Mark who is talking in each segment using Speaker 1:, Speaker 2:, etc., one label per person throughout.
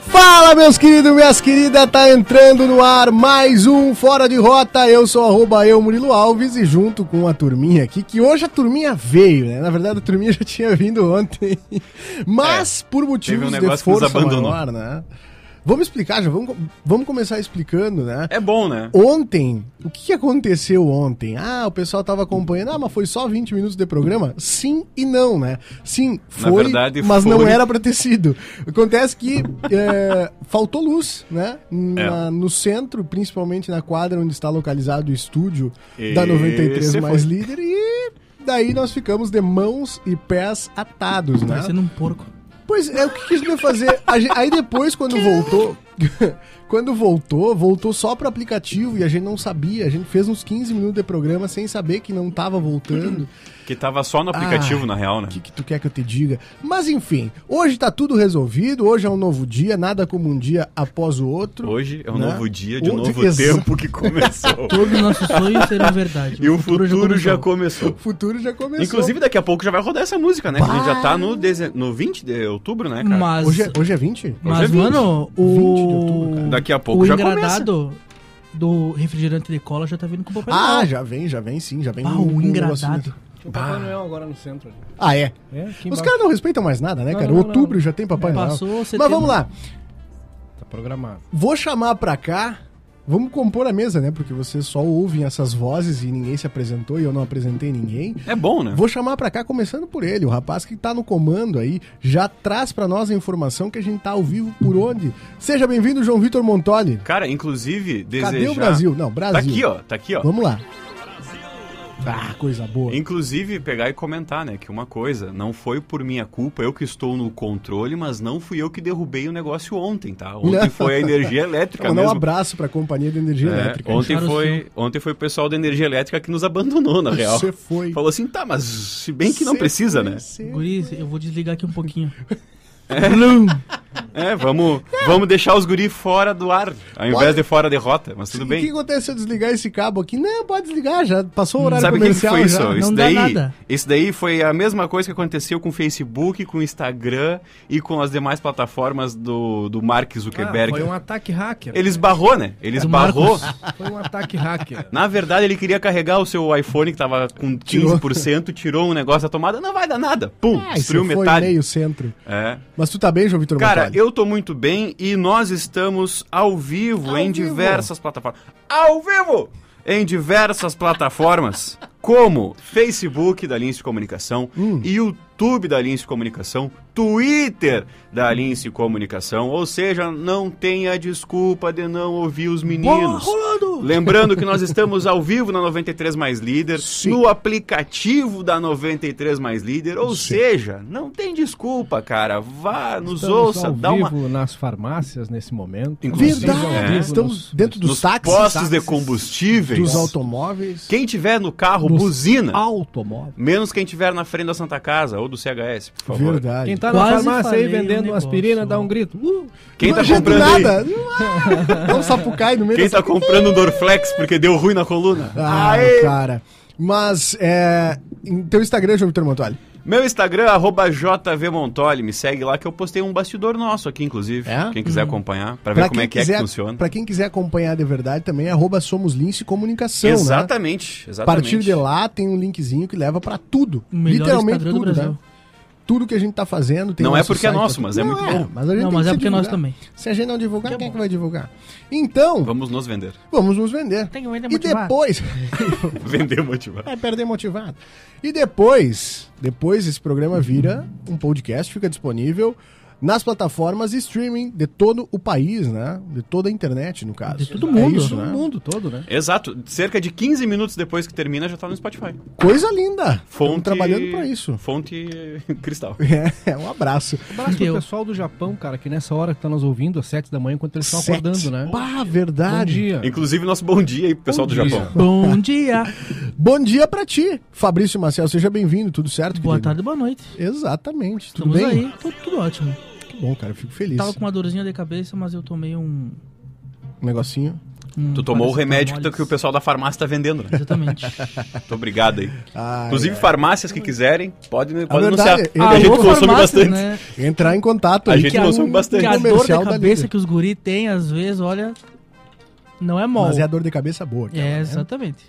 Speaker 1: Fala, meus queridos, minhas queridas, tá entrando no ar mais um Fora de Rota. Eu sou arroba eu, Murilo Alves, e junto com a turminha aqui, que hoje a turminha veio, né? Na verdade, a turminha já tinha vindo ontem, mas por motivos de
Speaker 2: É, um negócio que nos
Speaker 1: força
Speaker 2: abandonou.
Speaker 1: maior, né? Vamos explicar, já vamos, vamos começar explicando, né?
Speaker 2: É bom, né?
Speaker 1: Ontem, o que que aconteceu ontem? Ah, o pessoal tava acompanhando, ah, mas foi só 20 minutos de programa? Sim e não, né? Sim,
Speaker 2: Na
Speaker 1: foi,
Speaker 2: verdade,
Speaker 1: mas
Speaker 2: foi.
Speaker 1: não era pra ter sido. Acontece que é, faltou luz, né?
Speaker 2: É.
Speaker 1: Na- No centro, principalmente na quadra onde está localizado o estúdio da
Speaker 2: Esse
Speaker 1: 93
Speaker 2: foi.
Speaker 1: mais líder e... Daí nós ficamos de mãos e pés atados, né?
Speaker 3: Parecendo um porco.
Speaker 1: Pois é, o que, que a gente ia fazer? A gen- aí depois, quando voltou. quando voltou, voltou só pro aplicativo e a gente não sabia. A gente fez uns 15 minutos de programa sem saber que não tava voltando.
Speaker 2: Que tava só no aplicativo,
Speaker 1: Ah,
Speaker 2: na real, né?
Speaker 1: O que, que tu quer que eu te diga? Mas enfim, hoje tá tudo resolvido, hoje é um novo dia, nada como um dia após o outro.
Speaker 2: Hoje é um
Speaker 1: né?
Speaker 2: novo dia de um
Speaker 1: Ontem-
Speaker 2: novo
Speaker 1: Exa-
Speaker 2: tempo que começou.
Speaker 3: Todos os nossos sonhos serão verdade.
Speaker 2: e o futuro já
Speaker 3: começou.
Speaker 2: começou.
Speaker 1: O futuro já começou.
Speaker 2: Inclusive, daqui a pouco já vai rodar essa música, né? Que a gente já tá no, deze... no 20 de outubro, né, cara?
Speaker 3: Mas,
Speaker 1: Hoje é, hoje é 20?
Speaker 3: mas
Speaker 2: hoje é 20.
Speaker 3: mano,
Speaker 1: 20 de
Speaker 3: o.
Speaker 1: outubro, cara.
Speaker 2: Daqui a pouco
Speaker 3: o
Speaker 2: já
Speaker 3: engradado do refrigerante de cola já tá vindo com o Papai
Speaker 1: Ah,
Speaker 3: Noel.
Speaker 1: já vem, já vem sim, já vem.
Speaker 3: Ah,
Speaker 1: com- com
Speaker 3: o
Speaker 1: um negocinho.
Speaker 3: engradado.
Speaker 4: Tem o Papai Noel agora no centro ali.
Speaker 1: Ah, é.
Speaker 4: É, aqui
Speaker 1: Os
Speaker 4: embaixo.
Speaker 1: caras não respeitam mais nada, né,
Speaker 4: Não,
Speaker 1: cara?
Speaker 4: não, É. não.
Speaker 1: Outubro já tem Papai Noel.
Speaker 3: Passou,
Speaker 1: Mas
Speaker 3: setembro.
Speaker 1: vamos lá.
Speaker 4: Tá programado.
Speaker 1: Vou chamar pra cá. Vamos compor a mesa, né? Porque vocês só ouvem essas vozes e ninguém se apresentou e eu não apresentei ninguém.
Speaker 2: É bom, né?
Speaker 1: Vou chamar pra cá, começando por ele, o rapaz que tá no comando aí, já traz pra nós a informação que a gente tá ao vivo por onde. Seja bem-vindo, João Vitor Montoli.
Speaker 2: Cara, inclusive, desejar...
Speaker 1: Cadê o Brasil? Não,
Speaker 2: Tá
Speaker 1: Brasil.
Speaker 2: aqui, ó. Tá aqui, ó.
Speaker 1: Vamos lá. Ah, coisa boa.
Speaker 2: Inclusive, pegar e comentar, né? Que uma coisa, não foi por minha culpa, eu que estou no controle, mas não fui eu que derrubei o negócio ontem, tá? Ontem
Speaker 1: Não.
Speaker 2: foi a energia elétrica
Speaker 1: Vou mandar um
Speaker 2: mesmo.
Speaker 1: abraço pra companhia de energia
Speaker 2: É,
Speaker 1: elétrica. assim,
Speaker 2: ontem,
Speaker 3: Deixaram
Speaker 2: foi, ontem foi o pessoal da energia elétrica que nos abandonou, na real.
Speaker 1: Você foi.
Speaker 2: Falou assim, tá, mas se bem que não
Speaker 1: Você
Speaker 2: precisa,
Speaker 1: foi,
Speaker 2: né?
Speaker 1: você
Speaker 3: Guris, eu vou desligar aqui um pouquinho. Blum.
Speaker 2: É, vamos, vamos deixar os guri fora do ar, ao invés de fora de rota, mas tudo
Speaker 1: O que
Speaker 2: bem.
Speaker 1: acontece se eu desligar esse cabo aqui? Não, pode desligar, já passou o horário
Speaker 2: Hum, Sabe o que, que
Speaker 1: comercial
Speaker 2: foi isso?
Speaker 1: já.
Speaker 2: isso,
Speaker 3: Não dá
Speaker 2: daí,
Speaker 3: nada.
Speaker 2: isso daí foi a mesma coisa que aconteceu com o Facebook, com o Instagram e com as demais plataformas do, do Mark
Speaker 4: Ah,
Speaker 2: Zuckerberg.
Speaker 4: foi um ataque hacker.
Speaker 2: Ele esbarrou, né? Ele
Speaker 1: É
Speaker 3: Do
Speaker 2: esbarrou.
Speaker 3: Marcos.
Speaker 4: Foi um ataque hacker.
Speaker 2: Na verdade, ele queria carregar o seu iPhone que tava com 15%, tirou um negócio da tomada, não vai dar nada. Pum,
Speaker 1: Ah, isso
Speaker 2: destruiu
Speaker 1: foi
Speaker 2: metade.
Speaker 1: meio centro.
Speaker 2: É.
Speaker 1: Mas tu tá bem, João Vitor
Speaker 2: Cara,
Speaker 1: Montali?
Speaker 2: eu tô muito bem e nós estamos ao vivo
Speaker 1: Ao
Speaker 2: em
Speaker 1: vivo.
Speaker 2: diversas plataformas. Ao vivo! Em diversas plataformas, como Facebook da Lince Comunicação, YouTube da Lince Comunicação, Twitter da Lince Comunicação. Ou seja, não tenha desculpa de não ouvir os meninos. Lembrando que nós estamos ao vivo na 93 Mais Líder, no aplicativo da 93 Mais Líder, ou seja, não tem desculpa, cara. Vá, nos ouça,
Speaker 4: ao
Speaker 2: dá uma.
Speaker 4: vivo nas farmácias nesse momento.
Speaker 2: Inclusive,
Speaker 1: Verdade,
Speaker 2: é.
Speaker 1: estamos dentro dos
Speaker 2: nos
Speaker 1: táxis,
Speaker 2: postos de
Speaker 1: táxis,
Speaker 2: combustíveis.
Speaker 1: dos automóveis.
Speaker 2: Quem tiver no carro,
Speaker 4: Nos-
Speaker 2: buzina.
Speaker 4: Automóvel.
Speaker 2: Menos quem tiver na frente da Santa Casa ou do CHS, por favor.
Speaker 1: Verdade.
Speaker 4: Quem tá
Speaker 3: Quase
Speaker 4: na farmácia aí
Speaker 3: falei um
Speaker 4: vendendo
Speaker 3: negócio.
Speaker 4: aspirina, dá um grito. Uh!
Speaker 2: Quem tá
Speaker 1: Imagina
Speaker 2: comprando aí?
Speaker 1: nada. Ah, Dá um sapucai no meio
Speaker 2: Quem
Speaker 1: dessa-
Speaker 2: tá comprando um Dorflex porque deu ruim na coluna?
Speaker 1: Ah, cara. Mas, é... Em teu Instagram, João Vitor Montoli.
Speaker 2: Meu Instagram, arroba jvmontoli, me segue lá que eu postei um bastidor nosso aqui, inclusive.
Speaker 1: É?
Speaker 2: Quem quiser acompanhar, pra ver como é que é que funciona.
Speaker 1: Pra quem quiser acompanhar de verdade também, arroba Somos Lince Comunicação, né?
Speaker 2: Exatamente,
Speaker 1: A
Speaker 2: exatamente.
Speaker 1: partir de lá tem um linkzinho que leva pra tudo.
Speaker 3: O melhor
Speaker 1: literalmente
Speaker 3: Instagram do
Speaker 1: tudo,
Speaker 3: Brasil.
Speaker 1: né? Tudo que a gente tá fazendo tem
Speaker 2: Não
Speaker 1: nosso
Speaker 2: é porque é
Speaker 1: site pra
Speaker 2: nosso,
Speaker 1: tudo.
Speaker 2: mas é
Speaker 1: Não
Speaker 2: muito bom.
Speaker 1: Mas a gente
Speaker 3: Não,
Speaker 1: tem
Speaker 3: mas
Speaker 1: que
Speaker 3: é
Speaker 1: se
Speaker 3: porque nós
Speaker 1: divulgar.
Speaker 3: também.
Speaker 1: Se a gente não divulgar, quem é que vai divulgar? Então, vamos,
Speaker 2: Vamos nos vender.
Speaker 1: nos vender.
Speaker 3: Tem que vender
Speaker 1: e
Speaker 3: motivado.
Speaker 1: depois,
Speaker 2: Vender motivado.
Speaker 1: vai perder motivado. E depois, depois esse programa vira um podcast, fica disponível nas plataformas de streaming de todo o país, né? De toda a internet, no caso.
Speaker 3: De todo mundo.
Speaker 1: É isso,
Speaker 3: Todo
Speaker 1: né?
Speaker 4: mundo todo, né?
Speaker 2: Exato, cerca de 15 minutos depois que termina já tá no Spotify.
Speaker 1: Coisa linda.
Speaker 2: Fonte.
Speaker 1: Estamos trabalhando para isso.
Speaker 2: Fonte cristal.
Speaker 1: É, um abraço.
Speaker 4: Abraço pro
Speaker 3: Deu.
Speaker 4: pessoal do Japão, cara, que nessa hora que tá nos ouvindo, às sete da manhã, enquanto eles estão
Speaker 1: Sete.
Speaker 4: acordando, né?
Speaker 1: Pá,
Speaker 4: Bom
Speaker 1: verdade.
Speaker 4: dia.
Speaker 5: É.
Speaker 2: Inclusive, nosso bom dia aí pro pessoal
Speaker 4: Bom
Speaker 2: do
Speaker 4: dia.
Speaker 2: Japão.
Speaker 3: Bom dia,
Speaker 1: Bom dia pra ti, Fabrício Marcel. Seja bem-vindo, tudo certo?
Speaker 3: boa
Speaker 1: querido?
Speaker 3: tarde, boa noite.
Speaker 1: Exatamente, tudo
Speaker 3: Estamos
Speaker 1: bem?
Speaker 3: aí, tudo, tudo ótimo.
Speaker 1: Que bom, cara, eu fico feliz.
Speaker 3: Tava com uma dorzinha de cabeça, mas eu tomei um.
Speaker 1: Um negocinho.
Speaker 3: um
Speaker 2: Tu tomou o remédio que,
Speaker 3: paracetamolis.
Speaker 2: que o pessoal da farmácia tá vendendo, né?
Speaker 3: Exatamente.
Speaker 2: Muito obrigado aí.
Speaker 1: Ah,
Speaker 2: Inclusive, farmácias que quiserem, pode, pode
Speaker 1: verdade,
Speaker 2: anunciar.
Speaker 1: eu-
Speaker 2: A, gente
Speaker 3: Alô,
Speaker 2: consome
Speaker 3: farmácias,
Speaker 2: bastante.
Speaker 3: né?
Speaker 1: é. Entrar em contato.
Speaker 2: A
Speaker 1: aí,
Speaker 2: gente
Speaker 1: que é
Speaker 2: consome
Speaker 1: um
Speaker 2: bastante.
Speaker 3: Que a dor
Speaker 1: comercial
Speaker 3: da
Speaker 1: da
Speaker 3: cabeça
Speaker 1: Líder.
Speaker 3: que os guri têm, às vezes, olha, não é mole.
Speaker 1: Mas é a dor de cabeça boa. aquela,
Speaker 3: É,
Speaker 1: né?
Speaker 3: exatamente.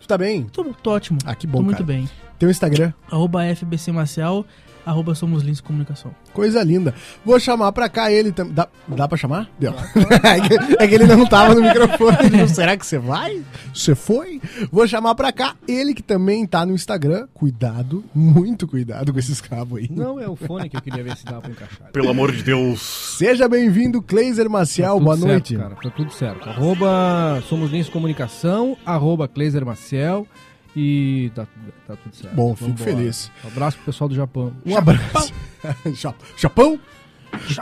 Speaker 1: Tu tá bem?
Speaker 3: Tô, tô ótimo.
Speaker 1: Ah, que bom,
Speaker 3: Tô muito
Speaker 1: cara.
Speaker 3: bem.
Speaker 1: Tem o Instagram?
Speaker 3: Arroba FBC Marcial, arroba Somos Lins Comunicação.
Speaker 1: Coisa linda. Vou chamar pra cá ele também. Dá, dá pra chamar? Deu. É que- é que ele não tava no microfone. Tipo, Será que você vai? Você foi? Vou chamar pra cá ele que também tá no Instagram. Cuidado, muito cuidado com esses cabos aí.
Speaker 4: Não é o fone que eu queria ver se dava pra encaixar.
Speaker 2: Pelo amor de Deus.
Speaker 1: Seja bem-vindo, Cleiser Maciel.
Speaker 4: Tudo
Speaker 1: Boa
Speaker 4: certo,
Speaker 1: noite.
Speaker 4: cara, tá tudo certo. Arroba Somos Lins Comunicação, arroba Cleiser Maciel e tá, tudo- tá tudo certo.
Speaker 1: Bom, fico
Speaker 4: Vambora.
Speaker 1: feliz.
Speaker 4: Um abraço pro pessoal do Japão.
Speaker 1: Um abraço. Ja- Japão?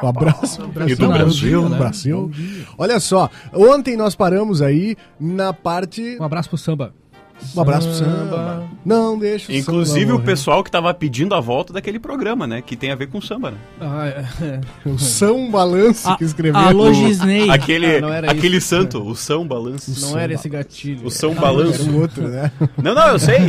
Speaker 1: Um abraço.
Speaker 3: E do
Speaker 4: Brasil,
Speaker 1: Do
Speaker 4: né?
Speaker 1: Brasil. Olha só, ontem nós paramos aí na parte.
Speaker 4: Um abraço pro samba.
Speaker 1: Um abraço pro samba. Não deixa o
Speaker 2: Inclusive,
Speaker 1: samba né?
Speaker 2: o
Speaker 1: morrer.
Speaker 2: pessoal que tava pedindo a volta daquele programa, né? Que tem a ver com samba, né?
Speaker 4: Ah, é.
Speaker 1: O São Balanço que escreveu.
Speaker 3: Ah, Alô, Gisney.
Speaker 2: Aquele,
Speaker 4: Ah, não era
Speaker 2: aquele
Speaker 4: isso.
Speaker 2: santo, o São Balanço.
Speaker 4: Não era esse gatilho.
Speaker 2: O São
Speaker 1: Era
Speaker 2: Balanço.
Speaker 1: um outro, né?
Speaker 2: Não, não, eu sei.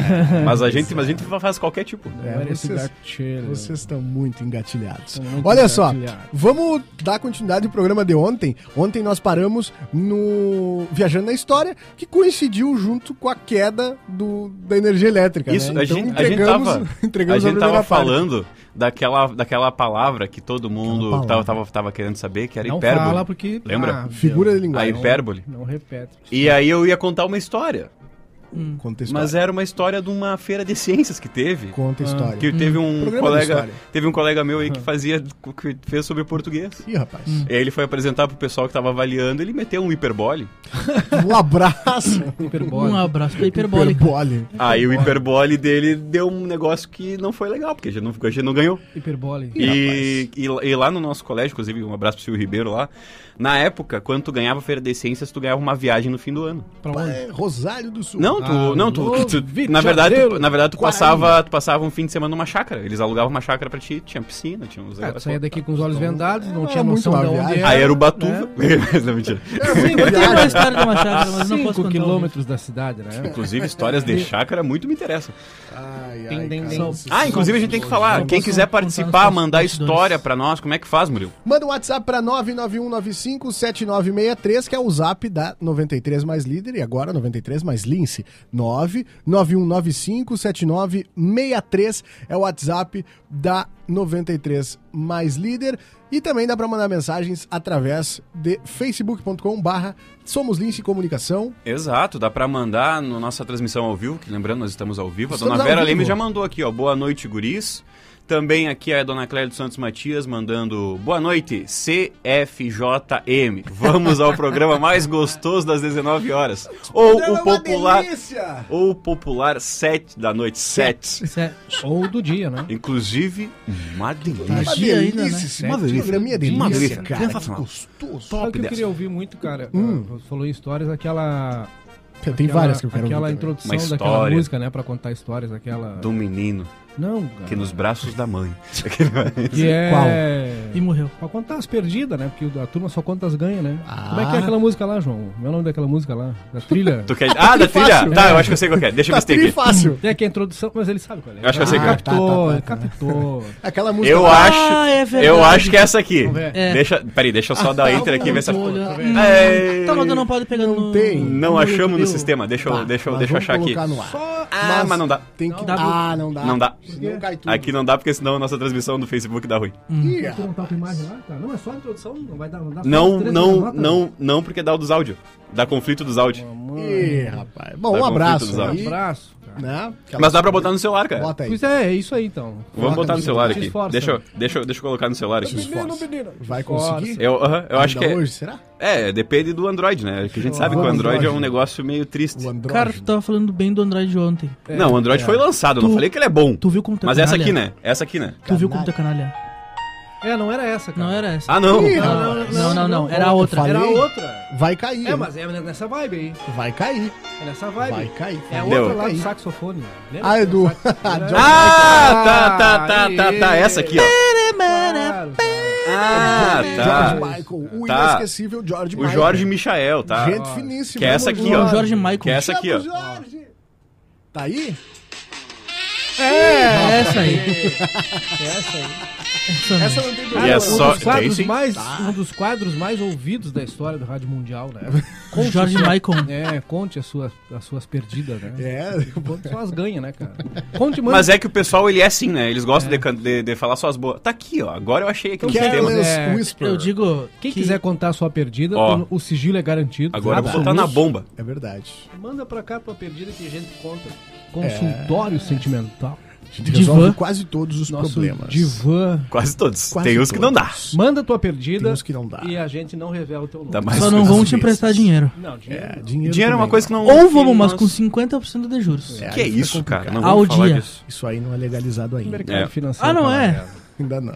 Speaker 2: Mas a gente, mas a gente faz qualquer tipo.
Speaker 4: Não
Speaker 1: É,
Speaker 4: era esse
Speaker 1: vocês-
Speaker 4: gatilho.
Speaker 1: Vocês estão muito engatilhados.
Speaker 4: Estão muito
Speaker 1: Olha só,
Speaker 4: engatilhados.
Speaker 1: vamos dar continuidade ao programa de ontem. Ontem nós paramos no Viajando na História, que coincidiu junto com a queda do, da energia elétrica.
Speaker 2: Isso,
Speaker 1: né?
Speaker 2: a,
Speaker 1: Então,
Speaker 2: gente, a gente
Speaker 1: entregamos-
Speaker 2: tava,
Speaker 1: entregamos
Speaker 2: a gente
Speaker 1: primeira
Speaker 2: tava
Speaker 1: parte.
Speaker 2: falando daquela, daquela palavra que todo
Speaker 1: Aquela
Speaker 2: mundo
Speaker 1: palavra.
Speaker 2: tava, tava, tava querendo saber, que era
Speaker 4: Não
Speaker 2: hipérbole.
Speaker 4: fala porque...
Speaker 2: Lembra?
Speaker 4: Ah,
Speaker 1: Figura de
Speaker 2: A
Speaker 1: linguagem.
Speaker 2: hipérbole.
Speaker 4: Não repete.
Speaker 2: E aí eu ia contar uma história.
Speaker 1: Conta a
Speaker 2: Mas
Speaker 1: história.
Speaker 2: era uma história de uma feira de ciências que teve.
Speaker 1: Conta
Speaker 4: Ah.
Speaker 1: a história.
Speaker 2: Que teve um
Speaker 1: Hum, Programa de
Speaker 2: colega.
Speaker 1: história.
Speaker 2: Teve um colega meu aí que fazia. que fez sobre português.
Speaker 1: Ih, rapaz.
Speaker 4: Hum.
Speaker 2: E aí ele foi apresentar pro pessoal que tava avaliando, ele meteu um hiperbole.
Speaker 1: Um abraço.
Speaker 4: Hiperbole.
Speaker 3: Um abraço pra Hiperbólica.
Speaker 1: Hiperbole.
Speaker 2: Aí o hiperbole dele deu um negócio que não foi legal, porque a gente não, a gente não ganhou.
Speaker 4: Hiperbole.
Speaker 2: E, e, lá- e lá no nosso colégio, inclusive, um abraço pro Silvio Ribeiro lá. Na época, quando tu ganhava a feira de ciências, tu ganhava uma viagem no fim do ano.
Speaker 4: Pra onde?
Speaker 1: É, Rosário do Sul. Ah.
Speaker 2: Não, tu.
Speaker 4: Alô,
Speaker 2: não, tu, tu- tu-
Speaker 4: Ah, Vitor
Speaker 2: na verdade, tu,
Speaker 4: Abreu,
Speaker 2: na verdade, tu
Speaker 4: Guarani.
Speaker 2: passava, tu passava um fim de semana numa chácara. Eles alugavam uma chácara pra ti, tinha piscina, tinha uns
Speaker 4: Ah, tu
Speaker 2: negócios.
Speaker 4: saía daqui com né? os olhos vendados, não
Speaker 1: era
Speaker 4: tinha
Speaker 1: é muito
Speaker 4: noção
Speaker 1: uma
Speaker 4: de onde
Speaker 1: viagem.
Speaker 4: era.
Speaker 2: Aí era o Batuva. Não, mentira.
Speaker 3: Eu tenho uma história de uma chácara, mas eu não posso
Speaker 4: 5
Speaker 3: contar.
Speaker 4: quilômetros da cidade, né?
Speaker 2: Inclusive, histórias de chácara muito me interessam.
Speaker 1: Ai,
Speaker 4: Tem,
Speaker 1: ai,
Speaker 4: tem,
Speaker 1: cara,
Speaker 4: tem.
Speaker 1: vocês
Speaker 2: Ah,
Speaker 1: são
Speaker 2: inclusive a gente tem que
Speaker 1: muito
Speaker 2: falar.
Speaker 3: Não
Speaker 2: Quem
Speaker 3: posso
Speaker 2: quiser
Speaker 3: contar nos
Speaker 2: participar,
Speaker 3: nossos
Speaker 2: mandar
Speaker 3: bastidores.
Speaker 2: história pra nós, como é que faz, Murilo?
Speaker 1: Manda um WhatsApp para 991957963, que é o zap da 93 mais líder e agora 93 mais lince. 991957963 é o WhatsApp da 93 mais líder. E também dá para mandar mensagens através de facebook.com barra Somos Lince Comunicação.
Speaker 2: Exato, dá pra mandar na nossa transmissão ao vivo, que lembrando, nós estamos ao vivo. A
Speaker 1: Estamos
Speaker 2: dona
Speaker 1: ao
Speaker 2: Vera
Speaker 1: vivo.
Speaker 2: Leme já mandou aqui, ó. Boa noite, guris. Também aqui é a dona Clélia dos Santos Matias mandando boa noite, CFJM. Vamos ao programa mais gostoso das 19 horas. Ou
Speaker 1: é
Speaker 2: o popular. Ou o popular 7 da noite, 7.
Speaker 3: Isso é
Speaker 4: Ou do dia, né?
Speaker 2: Inclusive, uma delícia.
Speaker 1: Uma
Speaker 3: Magia ainda,
Speaker 1: delícia,
Speaker 3: né?
Speaker 1: esse
Speaker 4: Uma delícia.
Speaker 1: programinha é
Speaker 2: Uma
Speaker 1: delícia,
Speaker 2: delícia.
Speaker 1: cara. Que
Speaker 2: Sensacional.
Speaker 1: gostoso.
Speaker 4: Sabe o que eu
Speaker 2: dessa.
Speaker 4: queria ouvir muito, cara?
Speaker 1: Hum.
Speaker 4: Uh, Você falou em histórias, aquela.
Speaker 1: Tem
Speaker 4: aquela-
Speaker 1: várias que eu quero
Speaker 4: Aquela
Speaker 1: ouvir também.
Speaker 4: introdução
Speaker 2: Uma
Speaker 4: daquela
Speaker 2: história.
Speaker 4: música, né? Pra contar histórias, aquela.
Speaker 2: Do menino.
Speaker 4: Não, cara.
Speaker 2: Que nos braços da mãe.
Speaker 4: Que é...
Speaker 3: E morreu.
Speaker 4: Pra contar as perdidas, né? Porque a turma só conta as ganha, né?
Speaker 1: Ah.
Speaker 4: Como é que é aquela música lá, João? Como é o nome daquela música lá? Da trilha?
Speaker 2: Tu quer... Ah, da trilha?
Speaker 1: fácil.
Speaker 2: Tá, eu acho que eu sei qual que é. Deixa eu ver
Speaker 1: Tá
Speaker 2: se tem
Speaker 1: tri
Speaker 2: aqui.
Speaker 1: fácil.
Speaker 4: Tem aqui a introdução, mas ele sabe qual é.
Speaker 2: Eu acho que eu sei
Speaker 4: Ele
Speaker 2: qual é.
Speaker 4: captou,
Speaker 1: Ah, tá, tá,
Speaker 4: ele
Speaker 1: tá.
Speaker 4: captou.
Speaker 1: Aquela música.
Speaker 2: Eu
Speaker 1: lá.
Speaker 2: acho.
Speaker 3: é verdade.
Speaker 2: Eu acho que Ah, é essa aqui.
Speaker 4: ver.
Speaker 3: É.
Speaker 2: Deixa, peraí, deixa eu só
Speaker 1: Ah, tá,
Speaker 2: dar enter aqui e ver se
Speaker 3: Tô olhando.
Speaker 2: essa.
Speaker 3: Hum,
Speaker 2: É.
Speaker 3: Tá rodando, não pode pegar
Speaker 1: Não
Speaker 3: no...
Speaker 1: tem.
Speaker 2: Não
Speaker 3: no
Speaker 2: achamos no
Speaker 3: YouTube.
Speaker 2: sistema. Deixa
Speaker 1: Tá,
Speaker 2: eu, deixa eu,
Speaker 1: mas
Speaker 2: deixa eu
Speaker 1: vamos
Speaker 2: achar aqui.
Speaker 1: colocar no ar.
Speaker 2: Ah, mas não dá.
Speaker 1: Tem que...
Speaker 3: Dá pra-
Speaker 1: Ah, não dá.
Speaker 2: Não dá.
Speaker 1: Senão cai tudo. Hum.
Speaker 2: Aqui não dá porque senão a nossa transmissão do Facebook dá ruim.
Speaker 1: Ih,
Speaker 4: Tu não tá com imagem lá, cara? Não, é só a introdução, não vai dar... Não, dá
Speaker 2: Não,
Speaker 4: só três
Speaker 2: não,
Speaker 4: notas?
Speaker 2: não, não porque dá o dos áudios. Dá conflito dos áudios.
Speaker 1: Ih, rapaz. Bom,
Speaker 2: Tá
Speaker 1: um
Speaker 2: com
Speaker 1: abraço.
Speaker 2: conflito dos
Speaker 1: aí,
Speaker 2: áudios.
Speaker 4: Abraço, cara.
Speaker 1: né? Aquela-
Speaker 2: Mas dá pra botar no celular, cara.
Speaker 1: Bota aí.
Speaker 4: Pois é, é isso aí, então.
Speaker 2: Vamos
Speaker 1: Bota
Speaker 2: botar
Speaker 1: no
Speaker 2: no celular
Speaker 4: celular.
Speaker 2: aqui.
Speaker 4: Esforça.
Speaker 2: Deixa eu, deixa, eu- deixa eu colocar no celular aqui.
Speaker 1: Vai conseguir?
Speaker 2: Eu, aham, eu acho que
Speaker 1: Ainda
Speaker 2: é,
Speaker 1: hoje, será?
Speaker 2: é, depende do Android, né? Que a gente sabe que o
Speaker 1: O
Speaker 2: Android é um
Speaker 1: Android.
Speaker 2: negócio meio triste.
Speaker 1: O Android. é,
Speaker 3: Cara, tu tava falando bem do Android ontem.
Speaker 2: Não, o Android foi lançado, eu não
Speaker 3: Tu-
Speaker 2: falei que ele é bom.
Speaker 3: Tu viu como tá
Speaker 2: Mas essa
Speaker 3: canalha?
Speaker 2: aqui, né? Essa aqui, né?
Speaker 3: Tu viu como tá canalha?
Speaker 4: É, não era essa, cara.
Speaker 3: Não era essa.
Speaker 2: Ah, não.
Speaker 1: Ih,
Speaker 3: Não, não, não, não, não, era a
Speaker 1: eu
Speaker 3: outra.
Speaker 1: falei.
Speaker 4: Era outra.
Speaker 1: Vai cair.
Speaker 4: É,
Speaker 1: hein?
Speaker 4: mas é nessa vibe aí.
Speaker 1: Vai cair.
Speaker 4: É nessa vibe.
Speaker 1: Vai cair.
Speaker 4: É
Speaker 1: Vai
Speaker 4: outra
Speaker 2: Deu.
Speaker 4: lá do
Speaker 1: cair.
Speaker 4: saxofone.
Speaker 3: É,
Speaker 4: Lembra?
Speaker 1: Ah, Edu.
Speaker 2: Ah, tá, tá, tá, tá, tá.
Speaker 4: Aê.
Speaker 2: Essa aqui, ó.
Speaker 4: Claro, cara.
Speaker 2: Ah,
Speaker 1: George
Speaker 2: tá.
Speaker 1: Michael. O
Speaker 2: Tá.
Speaker 1: inesquecível George
Speaker 2: O
Speaker 1: Michael.
Speaker 2: Jorge Michael, tá?
Speaker 1: Gente finíssima.
Speaker 2: Que é
Speaker 1: né,
Speaker 2: essa aqui,
Speaker 1: Jorge?
Speaker 2: ó.
Speaker 3: O Jorge Michael.
Speaker 2: Que é essa aqui, ó.
Speaker 1: Chama o Jorge. Tá aí?
Speaker 3: É essa aí.
Speaker 4: Essa aí.
Speaker 3: Essa
Speaker 1: Essa
Speaker 3: mesmo.
Speaker 1: não tem
Speaker 2: E
Speaker 1: problema.
Speaker 2: é só-
Speaker 4: um dos quadros
Speaker 2: tem sim.
Speaker 4: mais,
Speaker 1: Tá.
Speaker 4: um dos quadros mais ouvidos da história do rádio mundial, né?
Speaker 3: O Jorge Michael.
Speaker 4: É, conte as suas, as suas perdidas, né?
Speaker 1: É,
Speaker 2: um
Speaker 4: Conte só as ganhas, né, cara? Conte, mano.
Speaker 2: Mas é que o pessoal, ele é assim, né? Eles gostam de, can- de, de falar suas boas. Tá aqui, ó. Agora eu achei aqui no sistema.
Speaker 1: Careless
Speaker 4: é,
Speaker 1: Whisper.
Speaker 3: Eu digo...
Speaker 4: Quem
Speaker 3: que-
Speaker 4: quiser contar a sua perdida,
Speaker 2: é Ó.
Speaker 4: o sigilo é garantido.
Speaker 2: Agora eu vou botar
Speaker 4: Absoluto.
Speaker 2: na bomba.
Speaker 1: É verdade.
Speaker 4: Manda pra cá tua perdida que a gente conta. É. Consultório sentimental.
Speaker 1: A gente resolve
Speaker 3: Divã.
Speaker 1: quase todos os
Speaker 4: Nosso
Speaker 1: problemas.
Speaker 4: divã.
Speaker 2: Quase todos.
Speaker 1: Quase
Speaker 2: Tem uns que não dá.
Speaker 1: todos.
Speaker 4: Manda tua perdida
Speaker 1: Tem uns que não dá.
Speaker 4: e a gente não revela o teu nome.
Speaker 2: Dá Tá mais
Speaker 3: Só não
Speaker 2: vezes.
Speaker 3: vão te emprestar dinheiro.
Speaker 4: Não, dinheiro.
Speaker 1: É,
Speaker 4: não.
Speaker 1: dinheiro,
Speaker 2: Dinheiro é uma
Speaker 1: também
Speaker 2: coisa que não.
Speaker 3: Ou vamos, mas
Speaker 2: Nossa.
Speaker 3: com 50% de juros.
Speaker 1: É,
Speaker 2: Que é
Speaker 1: aí fica
Speaker 2: isso, cara? Não
Speaker 3: Ao
Speaker 2: vamos falar
Speaker 3: dia.
Speaker 2: disso.
Speaker 1: Isso aí não é legalizado ainda.
Speaker 4: Mercado
Speaker 2: É.
Speaker 4: financeiro.
Speaker 3: Ah, não
Speaker 4: tá lá,
Speaker 3: é?
Speaker 4: cara.
Speaker 1: Ainda não.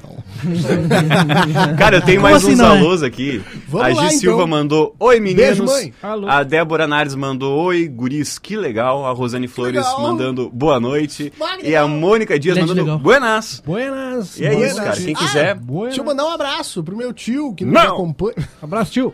Speaker 2: Cara, eu tenho
Speaker 3: Como
Speaker 2: mais
Speaker 3: assim
Speaker 2: uns
Speaker 3: não, é?
Speaker 2: alôs aqui.
Speaker 1: Vamos
Speaker 2: a
Speaker 1: lá,
Speaker 2: Gi
Speaker 1: então.
Speaker 2: Silva mandou Oi, meninos.
Speaker 1: Beijo, mãe.
Speaker 4: Alô.
Speaker 2: A Débora Nares mandou Oi, guris, que legal. A Rosane Flores
Speaker 1: legal.
Speaker 2: mandando Boa noite.
Speaker 1: Bah, que
Speaker 2: E a
Speaker 1: legal.
Speaker 2: Mônica Dias
Speaker 3: Grande
Speaker 2: mandando
Speaker 3: legal.
Speaker 2: Buenas.
Speaker 4: Buenas.
Speaker 2: E é
Speaker 4: buenas,
Speaker 2: isso, cara. Quem
Speaker 1: Ah.
Speaker 2: quiser.
Speaker 4: Buenas.
Speaker 3: né?
Speaker 1: Deixa eu mandar um abraço pro meu tio que nos
Speaker 2: Não.
Speaker 1: acompanha.
Speaker 4: Abraço, tio.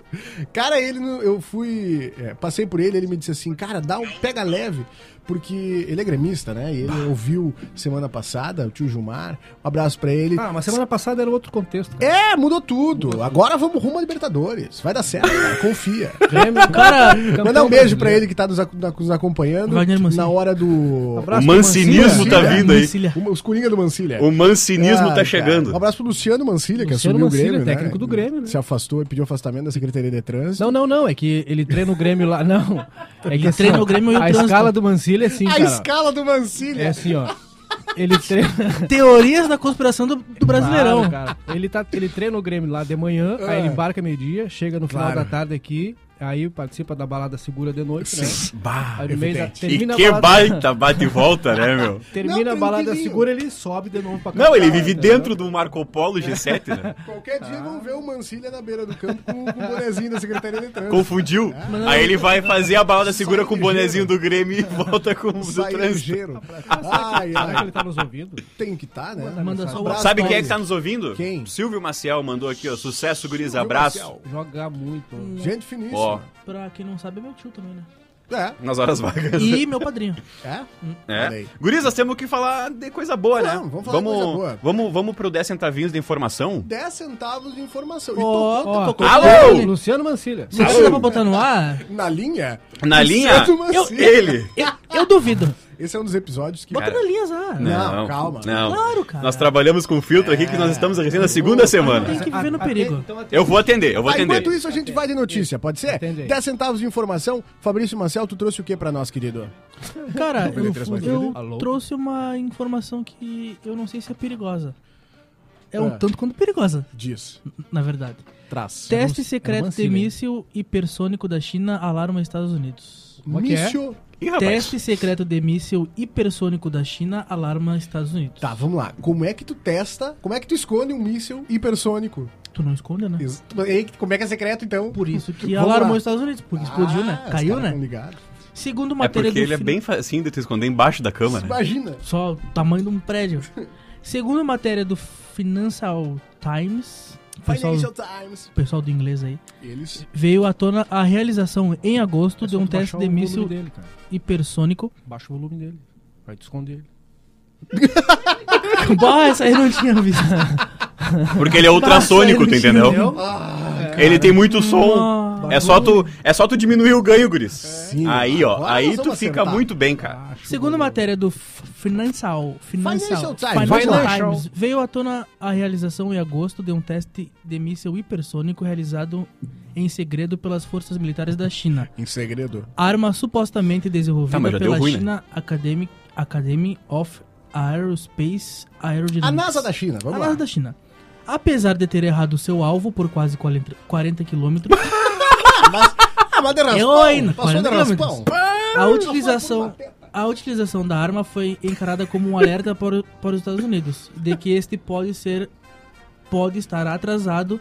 Speaker 1: Cara, ele não- eu fui. é, passei por ele, ele me disse assim, cara, dá um pega leve, porque ele é gremista, né? E ele ouviu semana passada, o tio Gilmar. Um abraço pra ele.
Speaker 4: Ah, mas semana passada era outro contexto. Cara.
Speaker 1: É, mudou tudo. Agora vamos rumo a Libertadores. Vai dar certo, cara. confia.
Speaker 4: Grêmio,
Speaker 3: Cara,
Speaker 1: Mandar um beijo pra ele que tá nos, ac- nos acompanhando
Speaker 3: Wagner Mancini.
Speaker 1: na hora do.
Speaker 2: O
Speaker 4: Abraço pro
Speaker 2: mancinismo
Speaker 1: Mancini.
Speaker 2: tá vindo aí.
Speaker 3: Mancilha.
Speaker 1: O- Os Coringa do Mancilha.
Speaker 2: O mancinismo
Speaker 1: Ah,
Speaker 2: tá
Speaker 1: cara. Um
Speaker 2: chegando.
Speaker 1: abraço pro Luciano Mancilha, que
Speaker 4: Luciano
Speaker 1: assumiu
Speaker 4: Mancilha,
Speaker 1: o Grêmio.
Speaker 4: técnico do Grêmio, né?
Speaker 1: Se afastou e pediu afastamento da Secretaria de Trânsito.
Speaker 4: Não, não, não. É que ele treina o Grêmio lá. Não. É que assim,
Speaker 3: treina
Speaker 4: ó,
Speaker 3: o Grêmio e o
Speaker 4: A
Speaker 3: trânsito.
Speaker 4: escala do Mancilla é assim,
Speaker 1: a
Speaker 4: cara.
Speaker 1: escala do Mancilha.
Speaker 4: É assim, ó. Ele treina.
Speaker 3: Teorias da conspiração do, do Brasileirão.
Speaker 4: Claro, cara. Ele, tá, ele treina o Grêmio lá de manhã, aí
Speaker 2: Ah.
Speaker 4: ele embarca meio-dia, chega no final
Speaker 1: Claro.
Speaker 4: da tarde aqui, aí participa da balada segura de noite, né?
Speaker 2: Bah.
Speaker 4: Aí no meio da,
Speaker 2: E
Speaker 4: termina a
Speaker 2: que
Speaker 4: balada,
Speaker 2: baita bate e volta, né, meu?
Speaker 4: Termina a
Speaker 1: Não,
Speaker 4: balada
Speaker 1: tranquilinho.
Speaker 4: segura, ele sobe de novo pra cá.
Speaker 2: Não, ele vive dentro do Marco Polo G7, né?
Speaker 1: Qualquer dia vão ver o Mancilha na beira do campo com, com o bonezinho da Secretaria de Trânsito.
Speaker 2: Confundiu.
Speaker 1: É.
Speaker 2: Aí ele vai fazer a balada segura com o bonezinho do Grêmio e volta com o do
Speaker 1: Sai
Speaker 2: trânsito.
Speaker 1: ligeiro. Ai,
Speaker 4: Será que ele
Speaker 1: ai,
Speaker 4: tá nos ouvindo?
Speaker 1: tem que estar, né?
Speaker 3: Manda só um o
Speaker 1: Abraço
Speaker 2: Sabe
Speaker 1: pra
Speaker 2: quem é
Speaker 1: ele.
Speaker 2: que tá nos ouvindo?
Speaker 1: Quem?
Speaker 2: Silvio Maciel mandou aqui, ó. Sucesso, guris, abraço.
Speaker 1: Marcial.
Speaker 4: Joga muito.
Speaker 1: Gente
Speaker 2: Ó,
Speaker 1: finíssima.
Speaker 3: Pra quem não sabe, é meu tio também, né?
Speaker 1: É,
Speaker 2: nas horas vagas.
Speaker 3: E meu padrinho.
Speaker 1: é.
Speaker 2: É.
Speaker 1: Olha
Speaker 2: Guris, nós temos que falar de coisa boa, né?
Speaker 1: Vamos, vamos falar de coisa boa.
Speaker 2: Vamos, vamos pro 10 centavinhos de informação?
Speaker 1: 10 centavos de informação. E
Speaker 3: Ó,
Speaker 1: tocou
Speaker 3: ó,
Speaker 4: tocou.
Speaker 2: Alô!
Speaker 3: Ele-
Speaker 4: Luciano Mancilla.
Speaker 3: Será que dá pra botar no ar?
Speaker 1: na linha?
Speaker 2: Na
Speaker 1: Luciano
Speaker 2: linha,
Speaker 1: Mancini.
Speaker 2: ele.
Speaker 3: Eu, eu duvido.
Speaker 1: Esse é um dos episódios que...
Speaker 3: Bota
Speaker 2: Cara.
Speaker 3: na linha, Zá.
Speaker 1: Não, calma. É.
Speaker 2: Não.
Speaker 3: Claro, cara.
Speaker 2: Nós trabalhamos com filtro aqui que nós estamos recebendo na segunda
Speaker 3: Tem
Speaker 2: semana.
Speaker 3: que viver no perigo.
Speaker 4: então,
Speaker 2: Eu vou atender, eu vou
Speaker 1: Tá, enquanto
Speaker 2: atender.
Speaker 1: isso, a gente vai de notícia, pode ser?
Speaker 4: Atende aí.
Speaker 1: 10 centavos de informação. Fabrício Marcel, tu trouxe o que pra nós, querido?
Speaker 3: Cara, eu, eu
Speaker 4: Alô?
Speaker 3: trouxe uma informação que eu não sei se é perigosa. É um
Speaker 1: Ah.
Speaker 3: tanto quanto perigosa,
Speaker 1: Diz.
Speaker 3: na verdade.
Speaker 1: Traz.
Speaker 3: Teste
Speaker 4: é
Speaker 3: secreto de
Speaker 4: mancilla, hein?
Speaker 3: míssil hipersônico da China alarma Estados Unidos.
Speaker 4: Como é que é?
Speaker 1: Mício.
Speaker 2: Ih, rapaz.
Speaker 3: Teste secreto de míssil hipersônico da China alarma Estados Unidos.
Speaker 1: Tá, vamos lá. Como é que tu testa, como é que tu esconde um míssil hipersônico?
Speaker 3: Tu não esconde, né?
Speaker 1: Ex- Ei, Como é que é secreto, então?
Speaker 3: Por isso que
Speaker 1: Vamos
Speaker 3: alarmou
Speaker 1: lá.
Speaker 3: os Estados Unidos, porque explodiu,
Speaker 1: Ah,
Speaker 3: né?
Speaker 1: os
Speaker 3: Caiu,
Speaker 1: caras tão
Speaker 3: né?
Speaker 1: ligados.
Speaker 3: Segundo o
Speaker 2: É
Speaker 3: matéria
Speaker 2: porque
Speaker 3: do
Speaker 2: ele é
Speaker 3: Fri-
Speaker 2: bem facinho de tu esconder embaixo da cama, né?
Speaker 1: Imagina.
Speaker 3: Só o tamanho de um prédio. Segundo a matéria do Financial Times, o pessoal,
Speaker 1: Financial Times.
Speaker 3: o pessoal do inglês aí,
Speaker 1: Eles.
Speaker 3: veio à tona a realização em agosto
Speaker 4: É
Speaker 3: de
Speaker 4: só
Speaker 3: um
Speaker 4: tu baixar
Speaker 3: teste
Speaker 4: o
Speaker 3: de
Speaker 4: volume
Speaker 3: míssil
Speaker 4: dele, cara.
Speaker 3: hipersônico.
Speaker 4: Baixa o volume dele. Vai te esconder ele.
Speaker 3: Bah, essa aí não tinha visto.
Speaker 2: Porque ele é ultrassônico, tu entendeu? Ele tem muito som.
Speaker 3: Nossa.
Speaker 2: É só tu, é só tu diminuir o ganho, guris. Aí, ó,
Speaker 1: Agora
Speaker 2: aí
Speaker 1: nós
Speaker 2: tu
Speaker 1: vamos
Speaker 2: fica
Speaker 1: acertar.
Speaker 2: muito bem, cara.
Speaker 3: Segundo a matéria do F- Financial, Financial,
Speaker 1: Financial Times.
Speaker 4: Financial.
Speaker 3: Times, veio à tona a realização em agosto de um teste de míssil hipersônico realizado em segredo pelas forças militares da China.
Speaker 1: Em segredo.
Speaker 3: A arma supostamente
Speaker 2: Tá,
Speaker 3: desenvolvida
Speaker 2: mas já deu
Speaker 3: pela
Speaker 2: ruim, né?
Speaker 3: China Academy, Academy of Aerospace Aerodynamics.
Speaker 1: A NASA da China, vamos
Speaker 3: A
Speaker 1: lá.
Speaker 3: NASA da China. Apesar de ter errado seu alvo por quase 40 40 quilômetros,
Speaker 1: Ah, mas de
Speaker 3: Eu ainda,
Speaker 1: Passou de
Speaker 3: 40
Speaker 1: raspão.
Speaker 3: a utilização, a utilização da arma foi encarada como um alerta para, o- para os Estados Unidos de que este pode ser pode estar atrasado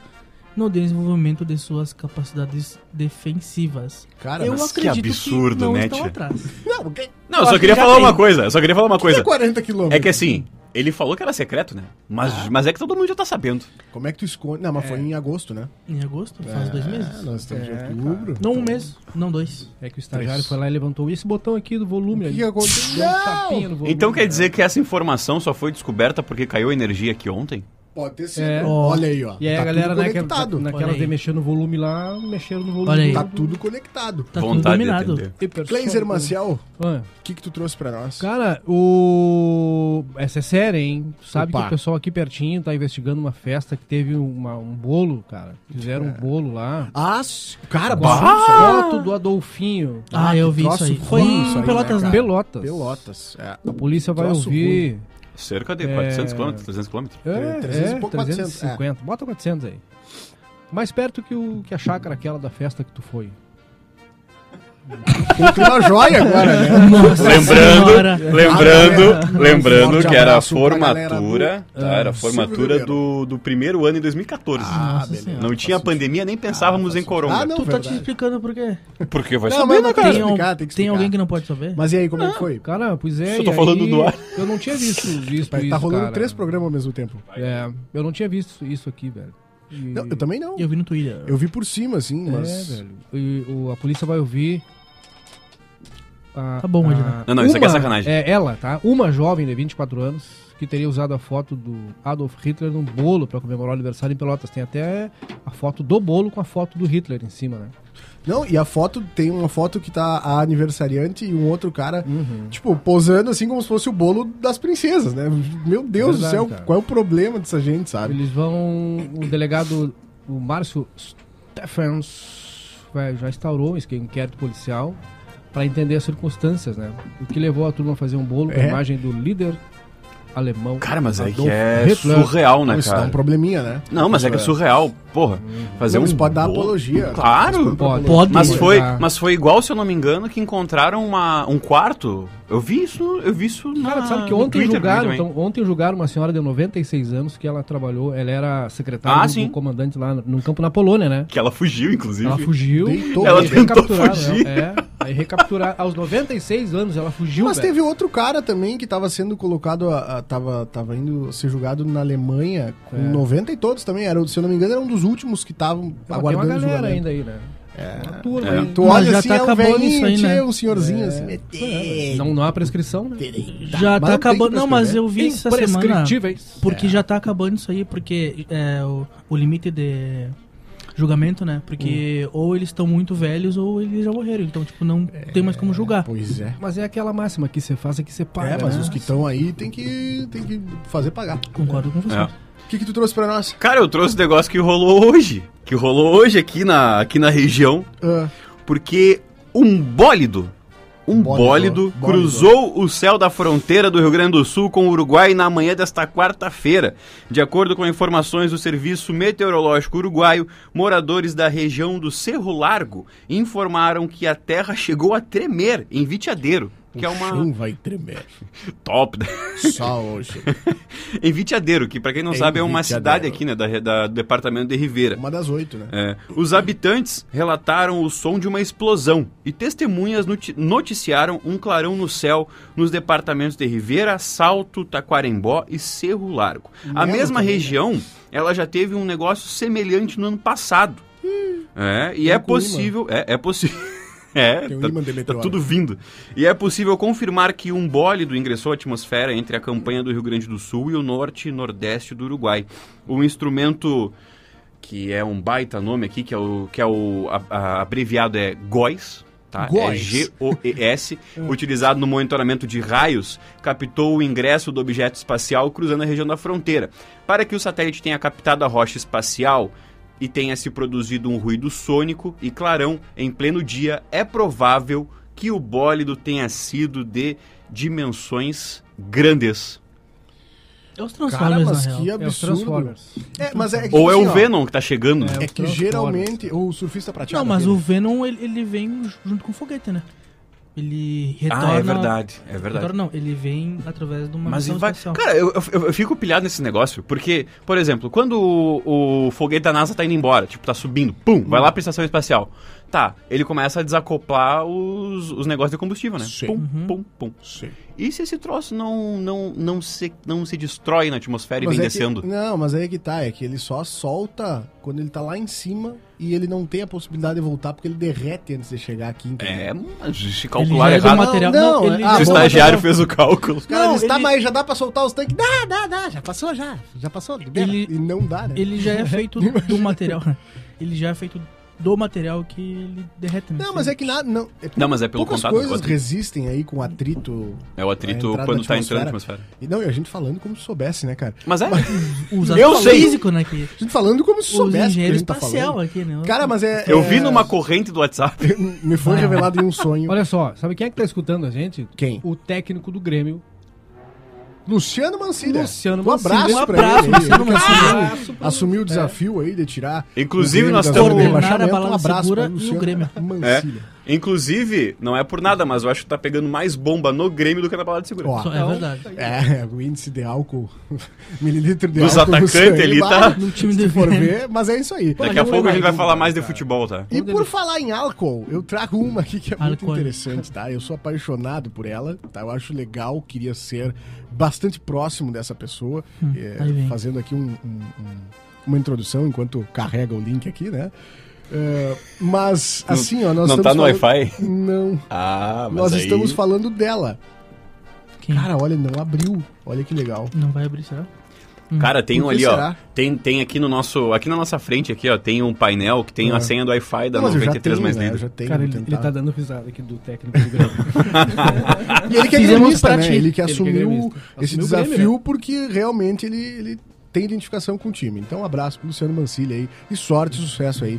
Speaker 3: no desenvolvimento de suas capacidades defensivas.
Speaker 1: Cara,
Speaker 3: eu
Speaker 1: mas
Speaker 2: que
Speaker 3: acredito
Speaker 2: absurdo,
Speaker 3: não
Speaker 2: né,
Speaker 3: estão
Speaker 2: tia?
Speaker 3: atrás.
Speaker 1: Não, que,
Speaker 2: Não, eu só
Speaker 3: acho
Speaker 2: queria
Speaker 3: que já
Speaker 2: falar
Speaker 3: tem.
Speaker 2: uma coisa, eu só queria falar uma
Speaker 1: que é
Speaker 2: coisa.
Speaker 1: 40 quilômetros.
Speaker 2: É que assim, ele falou que era secreto, né? Mas, mas é que todo mundo já tá sabendo.
Speaker 1: Como é que tu esconde? Não, mas foi em agosto, né?
Speaker 3: Em agosto, faz dois meses.
Speaker 1: É, nós estamos
Speaker 4: É,
Speaker 1: em outubro.
Speaker 3: Não um mês, não dois.
Speaker 4: É que o estagiário
Speaker 1: Três.
Speaker 4: foi lá e levantou esse botão aqui do volume.
Speaker 1: O que
Speaker 4: aí
Speaker 1: que aconteceu?
Speaker 4: deu um
Speaker 1: Não!
Speaker 4: tapinha no volume,
Speaker 2: Então quer
Speaker 4: né?
Speaker 2: dizer que essa informação só foi descoberta porque caiu energia aqui ontem?
Speaker 1: Pode ter sido.
Speaker 4: É.
Speaker 1: Olha aí, ó.
Speaker 4: E aí
Speaker 1: Tá
Speaker 4: a galera né, é-
Speaker 1: tudo
Speaker 4: naquela,
Speaker 1: conectado.
Speaker 3: Olha
Speaker 4: naquela
Speaker 3: aí.
Speaker 4: de mexer no volume lá, mexeram no volume.
Speaker 3: Olha aí.
Speaker 4: do-
Speaker 1: Tá tudo conectado.
Speaker 3: Tá
Speaker 2: Vontade de
Speaker 3: tudo dominado.
Speaker 2: atender.
Speaker 4: Hipersônico.
Speaker 1: Glazer Maciel,
Speaker 4: Ah,
Speaker 1: o que que tu trouxe pra nós?
Speaker 4: Cara, o. Essa é séria, hein? Tu Sabe
Speaker 1: Opa.
Speaker 4: que o pessoal aqui pertinho tá investigando uma festa que teve uma- um bolo, cara. Fizeram um bolo lá.
Speaker 1: As... Cara,
Speaker 4: Com a
Speaker 1: Ah, bah!
Speaker 4: Foto do Adolfinho.
Speaker 3: Ah,
Speaker 1: Ah,
Speaker 3: eu
Speaker 1: que
Speaker 3: vi isso
Speaker 1: troço
Speaker 3: aí.
Speaker 1: ruim
Speaker 3: Foi em
Speaker 1: isso aí, né,
Speaker 3: Pelotas,
Speaker 1: cara?
Speaker 3: né?
Speaker 4: Hum, Pelotas.
Speaker 1: Pelotas. É.
Speaker 4: A polícia vai
Speaker 1: Troço
Speaker 4: ouvir.
Speaker 2: Cerca de
Speaker 4: É.
Speaker 2: 400 quilômetros, 300 quilômetros.
Speaker 4: É,
Speaker 1: 300 e
Speaker 4: é,
Speaker 1: pouco, 400,
Speaker 4: 350. Bota 400 aí. Mais perto que, o, que a chácara aquela da festa que tu foi.
Speaker 1: Compre uma joia agora, né?
Speaker 3: Nossa
Speaker 2: Lembrando,
Speaker 3: Senhora.
Speaker 2: lembrando,
Speaker 1: Um
Speaker 2: lembrando
Speaker 1: forte
Speaker 2: que era a
Speaker 1: abraço pra galera do-
Speaker 2: formatura, tá, era a
Speaker 1: Silvio
Speaker 2: formatura
Speaker 1: Ribeiro.
Speaker 2: do, do primeiro ano em 2014.
Speaker 1: Ah,
Speaker 3: Nossa
Speaker 1: beleza.
Speaker 2: Não tinha pandemia, nem pensávamos em corona.
Speaker 1: Ah, não,
Speaker 3: Tu tá te
Speaker 1: verdade.
Speaker 3: explicando por quê?
Speaker 2: Porque vai
Speaker 1: Não,
Speaker 2: saber,
Speaker 1: mas-
Speaker 2: né,
Speaker 1: mas
Speaker 2: cara?
Speaker 1: tem
Speaker 3: al-
Speaker 1: explicar, tem que
Speaker 3: tem
Speaker 1: explicar.
Speaker 3: alguém que não pode saber?
Speaker 1: Mas e aí, como é que foi?
Speaker 4: Cara, pois é.
Speaker 2: Isso eu tô
Speaker 4: e
Speaker 2: tá falando
Speaker 4: aí,
Speaker 2: no ar.
Speaker 4: Eu não tinha visto, visto
Speaker 1: Tá
Speaker 4: isso,
Speaker 1: rolando
Speaker 4: cara.
Speaker 1: três programas ao mesmo tempo.
Speaker 4: É, eu não tinha visto isso aqui, velho. E-
Speaker 1: Não, eu também não.
Speaker 3: Eu vi no Twitter.
Speaker 1: Eu vi por cima, assim,
Speaker 4: É,
Speaker 1: mas...
Speaker 4: velho. E o- a polícia vai ouvir. a-
Speaker 3: Tá bom,
Speaker 4: a-
Speaker 1: Ah,
Speaker 3: Regina.
Speaker 2: Não, não, isso aqui é
Speaker 4: uma-
Speaker 2: sacanagem.
Speaker 4: É ela, tá? Uma jovem de 24 anos que teria usado a foto do Adolf Hitler num bolo pra comemorar o aniversário em Pelotas. Tem até a foto do bolo com a foto do Hitler em cima, né?
Speaker 1: Não, e a foto, tem uma foto que tá a aniversariante e um outro cara, tipo, posando assim como se fosse o bolo das princesas, né? Meu Deus
Speaker 4: Verdade,
Speaker 1: do céu,
Speaker 4: cara.
Speaker 1: qual é o problema dessa gente, sabe?
Speaker 4: Eles vão. O delegado, o Márcio Stephens, vai- já instaurou esse inquérito policial para entender as circunstâncias, né? O que levou a turma a fazer um bolo com a
Speaker 1: É.
Speaker 4: imagem do líder alemão.
Speaker 2: Cara, mas é que
Speaker 4: Adolf
Speaker 2: é
Speaker 4: Hitler.
Speaker 2: surreal, né,
Speaker 1: Isso dá
Speaker 2: cara?
Speaker 1: um probleminha, né?
Speaker 2: Não, mas é que é surreal, porra. Fazer
Speaker 1: Não,
Speaker 2: um
Speaker 1: isso pode dar
Speaker 2: bolo-
Speaker 1: apologia.
Speaker 2: Claro.
Speaker 4: Pode. tá.
Speaker 3: Pode.
Speaker 2: Mas
Speaker 3: Pode
Speaker 2: foi,
Speaker 4: dar.
Speaker 2: mas foi igual, se eu não me engano, que encontraram uma, um quarto. Eu vi isso, eu vi isso na,
Speaker 4: Cara, tu sabe que
Speaker 2: Ah, no
Speaker 4: ontem
Speaker 2: Twitter
Speaker 4: julgaram,
Speaker 2: também.
Speaker 4: então, ontem julgaram uma senhora de 96 anos que ela trabalhou, ela era secretária
Speaker 2: Ah,
Speaker 4: do,
Speaker 2: sim.
Speaker 4: do comandante lá no, num campo na Polônia, né?
Speaker 2: Que ela fugiu, inclusive.
Speaker 4: Ela fugiu,
Speaker 1: Deitou.
Speaker 4: aí
Speaker 2: Ela tentou
Speaker 4: recapturaram
Speaker 2: fugir.
Speaker 4: ela, é, aí recapturaram, aos 96 anos ela fugiu,
Speaker 1: Mas
Speaker 4: velho.
Speaker 1: teve outro cara também que tava sendo colocado, a, a- tava, tava indo ser julgado na Alemanha
Speaker 3: É.
Speaker 1: com 90 e todos também. Era, se eu não me engano, era um dos últimos que estavam
Speaker 4: Mas tem uma
Speaker 1: aguardando o
Speaker 4: galera
Speaker 1: julgamento.
Speaker 4: ainda aí, né? É. Uma turma
Speaker 2: É.
Speaker 4: aí.
Speaker 1: Tu
Speaker 3: Mas
Speaker 1: olha
Speaker 3: já
Speaker 1: assim,
Speaker 3: tá
Speaker 1: é um
Speaker 3: acabando
Speaker 1: velhinho,
Speaker 3: isso aí,
Speaker 1: tia,
Speaker 3: né? é,
Speaker 1: um senhorzinho assim. um
Speaker 4: Não, não há prescrição, né?
Speaker 3: Já
Speaker 1: Mas
Speaker 3: tá
Speaker 1: não tem
Speaker 3: acabando.
Speaker 1: que
Speaker 3: Não, mas
Speaker 1: prescrever.
Speaker 3: eu vi essa semana.
Speaker 4: Imprescritíveis.
Speaker 1: é.
Speaker 3: Porque já tá acabando isso aí, porque é, o, o limite de julgamento, né?
Speaker 1: Hum.
Speaker 3: Porque ou eles estão muito velhos ou eles já morreram. Então, tipo, não tem mais como julgar.
Speaker 1: É, Pois é.
Speaker 4: Mas é aquela máxima que você faz é que você paga.
Speaker 1: É, mas
Speaker 4: né?
Speaker 1: os que estão aí tem que, tem que fazer pagar.
Speaker 3: Concordo com você.
Speaker 2: É.
Speaker 1: O que, que tu trouxe pra nós?
Speaker 2: Cara, eu trouxe um negócio que rolou hoje. Que rolou hoje aqui na, aqui na região.
Speaker 1: Ah,
Speaker 2: Porque um bólido. Um
Speaker 1: Bólido,
Speaker 2: bólido,
Speaker 1: bólido.
Speaker 2: cruzou o céu da fronteira do Rio Grande do Sul com o Uruguai na manhã desta quarta-feira. De acordo com informações do Serviço Meteorológico Uruguaio, moradores da região do Cerro Largo informaram que a terra chegou a tremer em Vitiadeiro. que é uma
Speaker 1: Chum vai tremer.
Speaker 2: top. da-
Speaker 1: Só hoje.
Speaker 2: em Vitiadeiro, que pra quem não
Speaker 1: Em
Speaker 2: sabe é uma cidade
Speaker 1: Vitiadeiro.
Speaker 2: aqui, né, da, re- da- do departamento de Ribeira.
Speaker 1: Uma das oito, né?
Speaker 2: É. Os habitantes relataram o som de uma explosão e testemunhas noti- noticiaram um clarão no céu nos departamentos de Ribeira, Salto, Taquarembó e Cerro Largo. a
Speaker 1: Lembro
Speaker 2: mesma
Speaker 1: também, né?
Speaker 2: região, ela já teve um negócio semelhante no ano passado. É, e é
Speaker 1: Hum. tem com imã.
Speaker 2: possível, é, é possível. É,
Speaker 1: Tem um
Speaker 2: tá-
Speaker 1: ímã de
Speaker 2: Tá
Speaker 1: meteoro.
Speaker 2: tudo vindo. E é possível confirmar que um bólido ingressou à atmosfera entre a campanha do Rio Grande do Sul e o norte e nordeste do Uruguai. Um instrumento que é um baita nome aqui, que é o, que é o a- a- abreviado é GOES. Tá? É
Speaker 1: Góes.
Speaker 2: G-O-E-S,
Speaker 1: É.
Speaker 2: utilizado no monitoramento de raios, captou o ingresso do objeto espacial cruzando a região da fronteira. Para que o satélite tenha captado a rocha espacial, e tenha se produzido um ruído sônico e clarão em pleno dia, é provável que o bólido tenha sido de dimensões grandes.
Speaker 3: É os Transformers,
Speaker 1: Cara, mas
Speaker 3: na real.
Speaker 1: que
Speaker 4: É os
Speaker 1: absurdo.
Speaker 4: Transformers.
Speaker 1: É, mas é que,
Speaker 2: Ou é
Speaker 1: assim,
Speaker 2: o
Speaker 1: ó,
Speaker 2: Venom que tá chegando. né?
Speaker 1: É que geralmente o surfista prateado. né?
Speaker 3: Não, mas
Speaker 1: aquele-
Speaker 3: o Venom, ele, ele vem junto com o foguete, né? Ele retorna...
Speaker 2: Ah, é verdade, é verdade.
Speaker 3: Retorna, não, ele vem através de uma
Speaker 2: Mas
Speaker 3: missão
Speaker 2: vai...
Speaker 3: espacial.
Speaker 2: Cara, eu, eu, eu fico pilhado nesse negócio, porque, por exemplo, quando o, o foguete da NASA tá indo embora, tipo, tá subindo, pum, vai
Speaker 1: Hum.
Speaker 2: lá pra estação espacial. Tá, ele começa a desacoplar os, os negócios de combustível, né?
Speaker 1: Sim. Uhum.
Speaker 2: Pum, pum, pum.
Speaker 1: Sim.
Speaker 2: E se esse troço não, não, não, se, não se destrói na atmosfera
Speaker 1: Mas
Speaker 2: e vem
Speaker 1: é que-
Speaker 2: descendo?
Speaker 1: não, mas aí é que tá, é que ele só solta quando ele tá lá em cima e ele não tem a possibilidade de voltar porque ele derrete antes de chegar aqui. entendeu?
Speaker 2: É, mas se
Speaker 3: ele
Speaker 2: calcular
Speaker 3: já é do
Speaker 2: errado.
Speaker 1: uma-
Speaker 3: material...
Speaker 1: Não,
Speaker 3: Não,
Speaker 1: é-
Speaker 3: ele
Speaker 1: ah,
Speaker 2: Se o
Speaker 1: bom,
Speaker 2: estagiário fez o cálculo.
Speaker 1: Cara,
Speaker 3: Não,
Speaker 1: ele está
Speaker 3: ele-
Speaker 1: mais, "Tá, já dá pra soltar os tanques. Dá, dá, dá, já passou, já. Já passou, libera.
Speaker 3: Ele-
Speaker 1: E não dá, né?
Speaker 3: Ele já é feito do material. Ele já é feito do material que ele derrete. né?
Speaker 1: Não, mas é que nada. Não, é
Speaker 2: Não, mas é pelo
Speaker 1: poucas
Speaker 2: contato,
Speaker 1: coisas
Speaker 2: contato.
Speaker 1: resistem aí com atrito. né,
Speaker 2: É o
Speaker 1: a
Speaker 2: atrito
Speaker 1: entrada
Speaker 2: quando
Speaker 1: da
Speaker 2: tá entrando na atmosfera.
Speaker 1: E não, e a gente falando como se soubesse, né, cara?
Speaker 2: Mas é.
Speaker 3: Os
Speaker 2: Eu
Speaker 3: astros
Speaker 2: sei.
Speaker 3: físicos, né? Que...
Speaker 1: A gente falando como se
Speaker 3: Os
Speaker 1: soubesse. o que a
Speaker 3: engenheiros
Speaker 1: gente tá
Speaker 3: espacial
Speaker 1: falando.
Speaker 3: aqui, né?
Speaker 1: Cara, mas é.
Speaker 2: Eu
Speaker 1: é-
Speaker 2: vi numa corrente do WhatsApp.
Speaker 1: Me foi revelado em um sonho.
Speaker 4: Olha só, sabe quem é que tá escutando a gente?
Speaker 1: Quem?
Speaker 4: O técnico do Grêmio.
Speaker 1: Luciano Mancini.
Speaker 4: Luciano
Speaker 1: um
Speaker 4: Mancini.
Speaker 1: abraço
Speaker 4: Um
Speaker 1: pra
Speaker 3: abraço,
Speaker 1: ele. ele
Speaker 3: Luciano
Speaker 1: que
Speaker 3: Mancini.
Speaker 1: assumiu, assumiu o desafio aí de tirar.
Speaker 2: Inclusive,
Speaker 1: o Grêmio
Speaker 2: nós
Speaker 1: da
Speaker 2: temos-
Speaker 1: zona de
Speaker 3: Coordenar a
Speaker 1: rebaixamento.
Speaker 3: balada
Speaker 1: um abraço
Speaker 3: segura
Speaker 1: pra
Speaker 3: e o
Speaker 1: Luciano
Speaker 3: Grêmio. É.
Speaker 1: Mancini.
Speaker 2: Inclusive, não é por nada, mas eu acho que tá pegando mais bomba no Grêmio do que na balada de segurança.
Speaker 1: Ó,
Speaker 3: Só- É verdade.
Speaker 1: É, o índice de álcool, mililitro de
Speaker 2: Dos
Speaker 1: álcool. no
Speaker 2: atacantes
Speaker 1: sangue,
Speaker 2: ali
Speaker 1: vai,
Speaker 2: tá-
Speaker 3: No time
Speaker 1: Se
Speaker 3: do
Speaker 1: for
Speaker 3: Grêmio.
Speaker 1: ver, mas é isso aí.
Speaker 2: Daqui a pouco a gente vai falar mais de futebol, tá?
Speaker 1: E por falar em álcool, eu trago uma aqui que é muito
Speaker 3: Álcool.
Speaker 1: interessante, tá? Eu sou apaixonado por ela, tá? Eu acho legal, queria ser bastante próximo dessa pessoa,
Speaker 4: Hum,
Speaker 1: é,
Speaker 4: tá
Speaker 3: aí vem.
Speaker 1: fazendo aqui um- um- um- uma introdução enquanto carrega o link aqui, né? É, mas assim, ó, nós
Speaker 2: não tá
Speaker 1: estamos
Speaker 2: no
Speaker 1: falando-
Speaker 2: Wi-Fi?
Speaker 1: Não,
Speaker 2: Ah, mas
Speaker 1: nós
Speaker 2: aí...
Speaker 1: estamos falando dela.
Speaker 3: Quem?
Speaker 1: Cara, olha, não abriu. Olha que legal.
Speaker 3: Não vai abrir, será?
Speaker 2: Cara, tem
Speaker 1: Por
Speaker 2: um
Speaker 1: que
Speaker 2: ali,
Speaker 1: será?
Speaker 2: ó. Tem, tem aqui no nosso. Aqui na nossa frente, aqui, ó, tem um painel que tem a senha do Wi-Fi da
Speaker 1: Não, É. mas eu já
Speaker 2: 93 mais
Speaker 1: né? Eu
Speaker 2: líder.
Speaker 1: já tenho,
Speaker 4: Cara,
Speaker 1: vou
Speaker 4: ele, ele
Speaker 1: tentar.
Speaker 4: tá dando risada aqui do técnico do Grêmio.
Speaker 1: E ele que é
Speaker 3: Fizemos
Speaker 1: gremista,
Speaker 3: pra
Speaker 1: né?
Speaker 3: ti.
Speaker 1: Ele que
Speaker 4: Ele que é
Speaker 1: assumiu
Speaker 4: gremista.
Speaker 1: esse
Speaker 4: Assumiu o
Speaker 1: desafio
Speaker 4: Grêmio, né?
Speaker 1: porque realmente ele, ele tem identificação com o time. Então, um abraço pro Luciano Mancilha aí e sorte e sucesso aí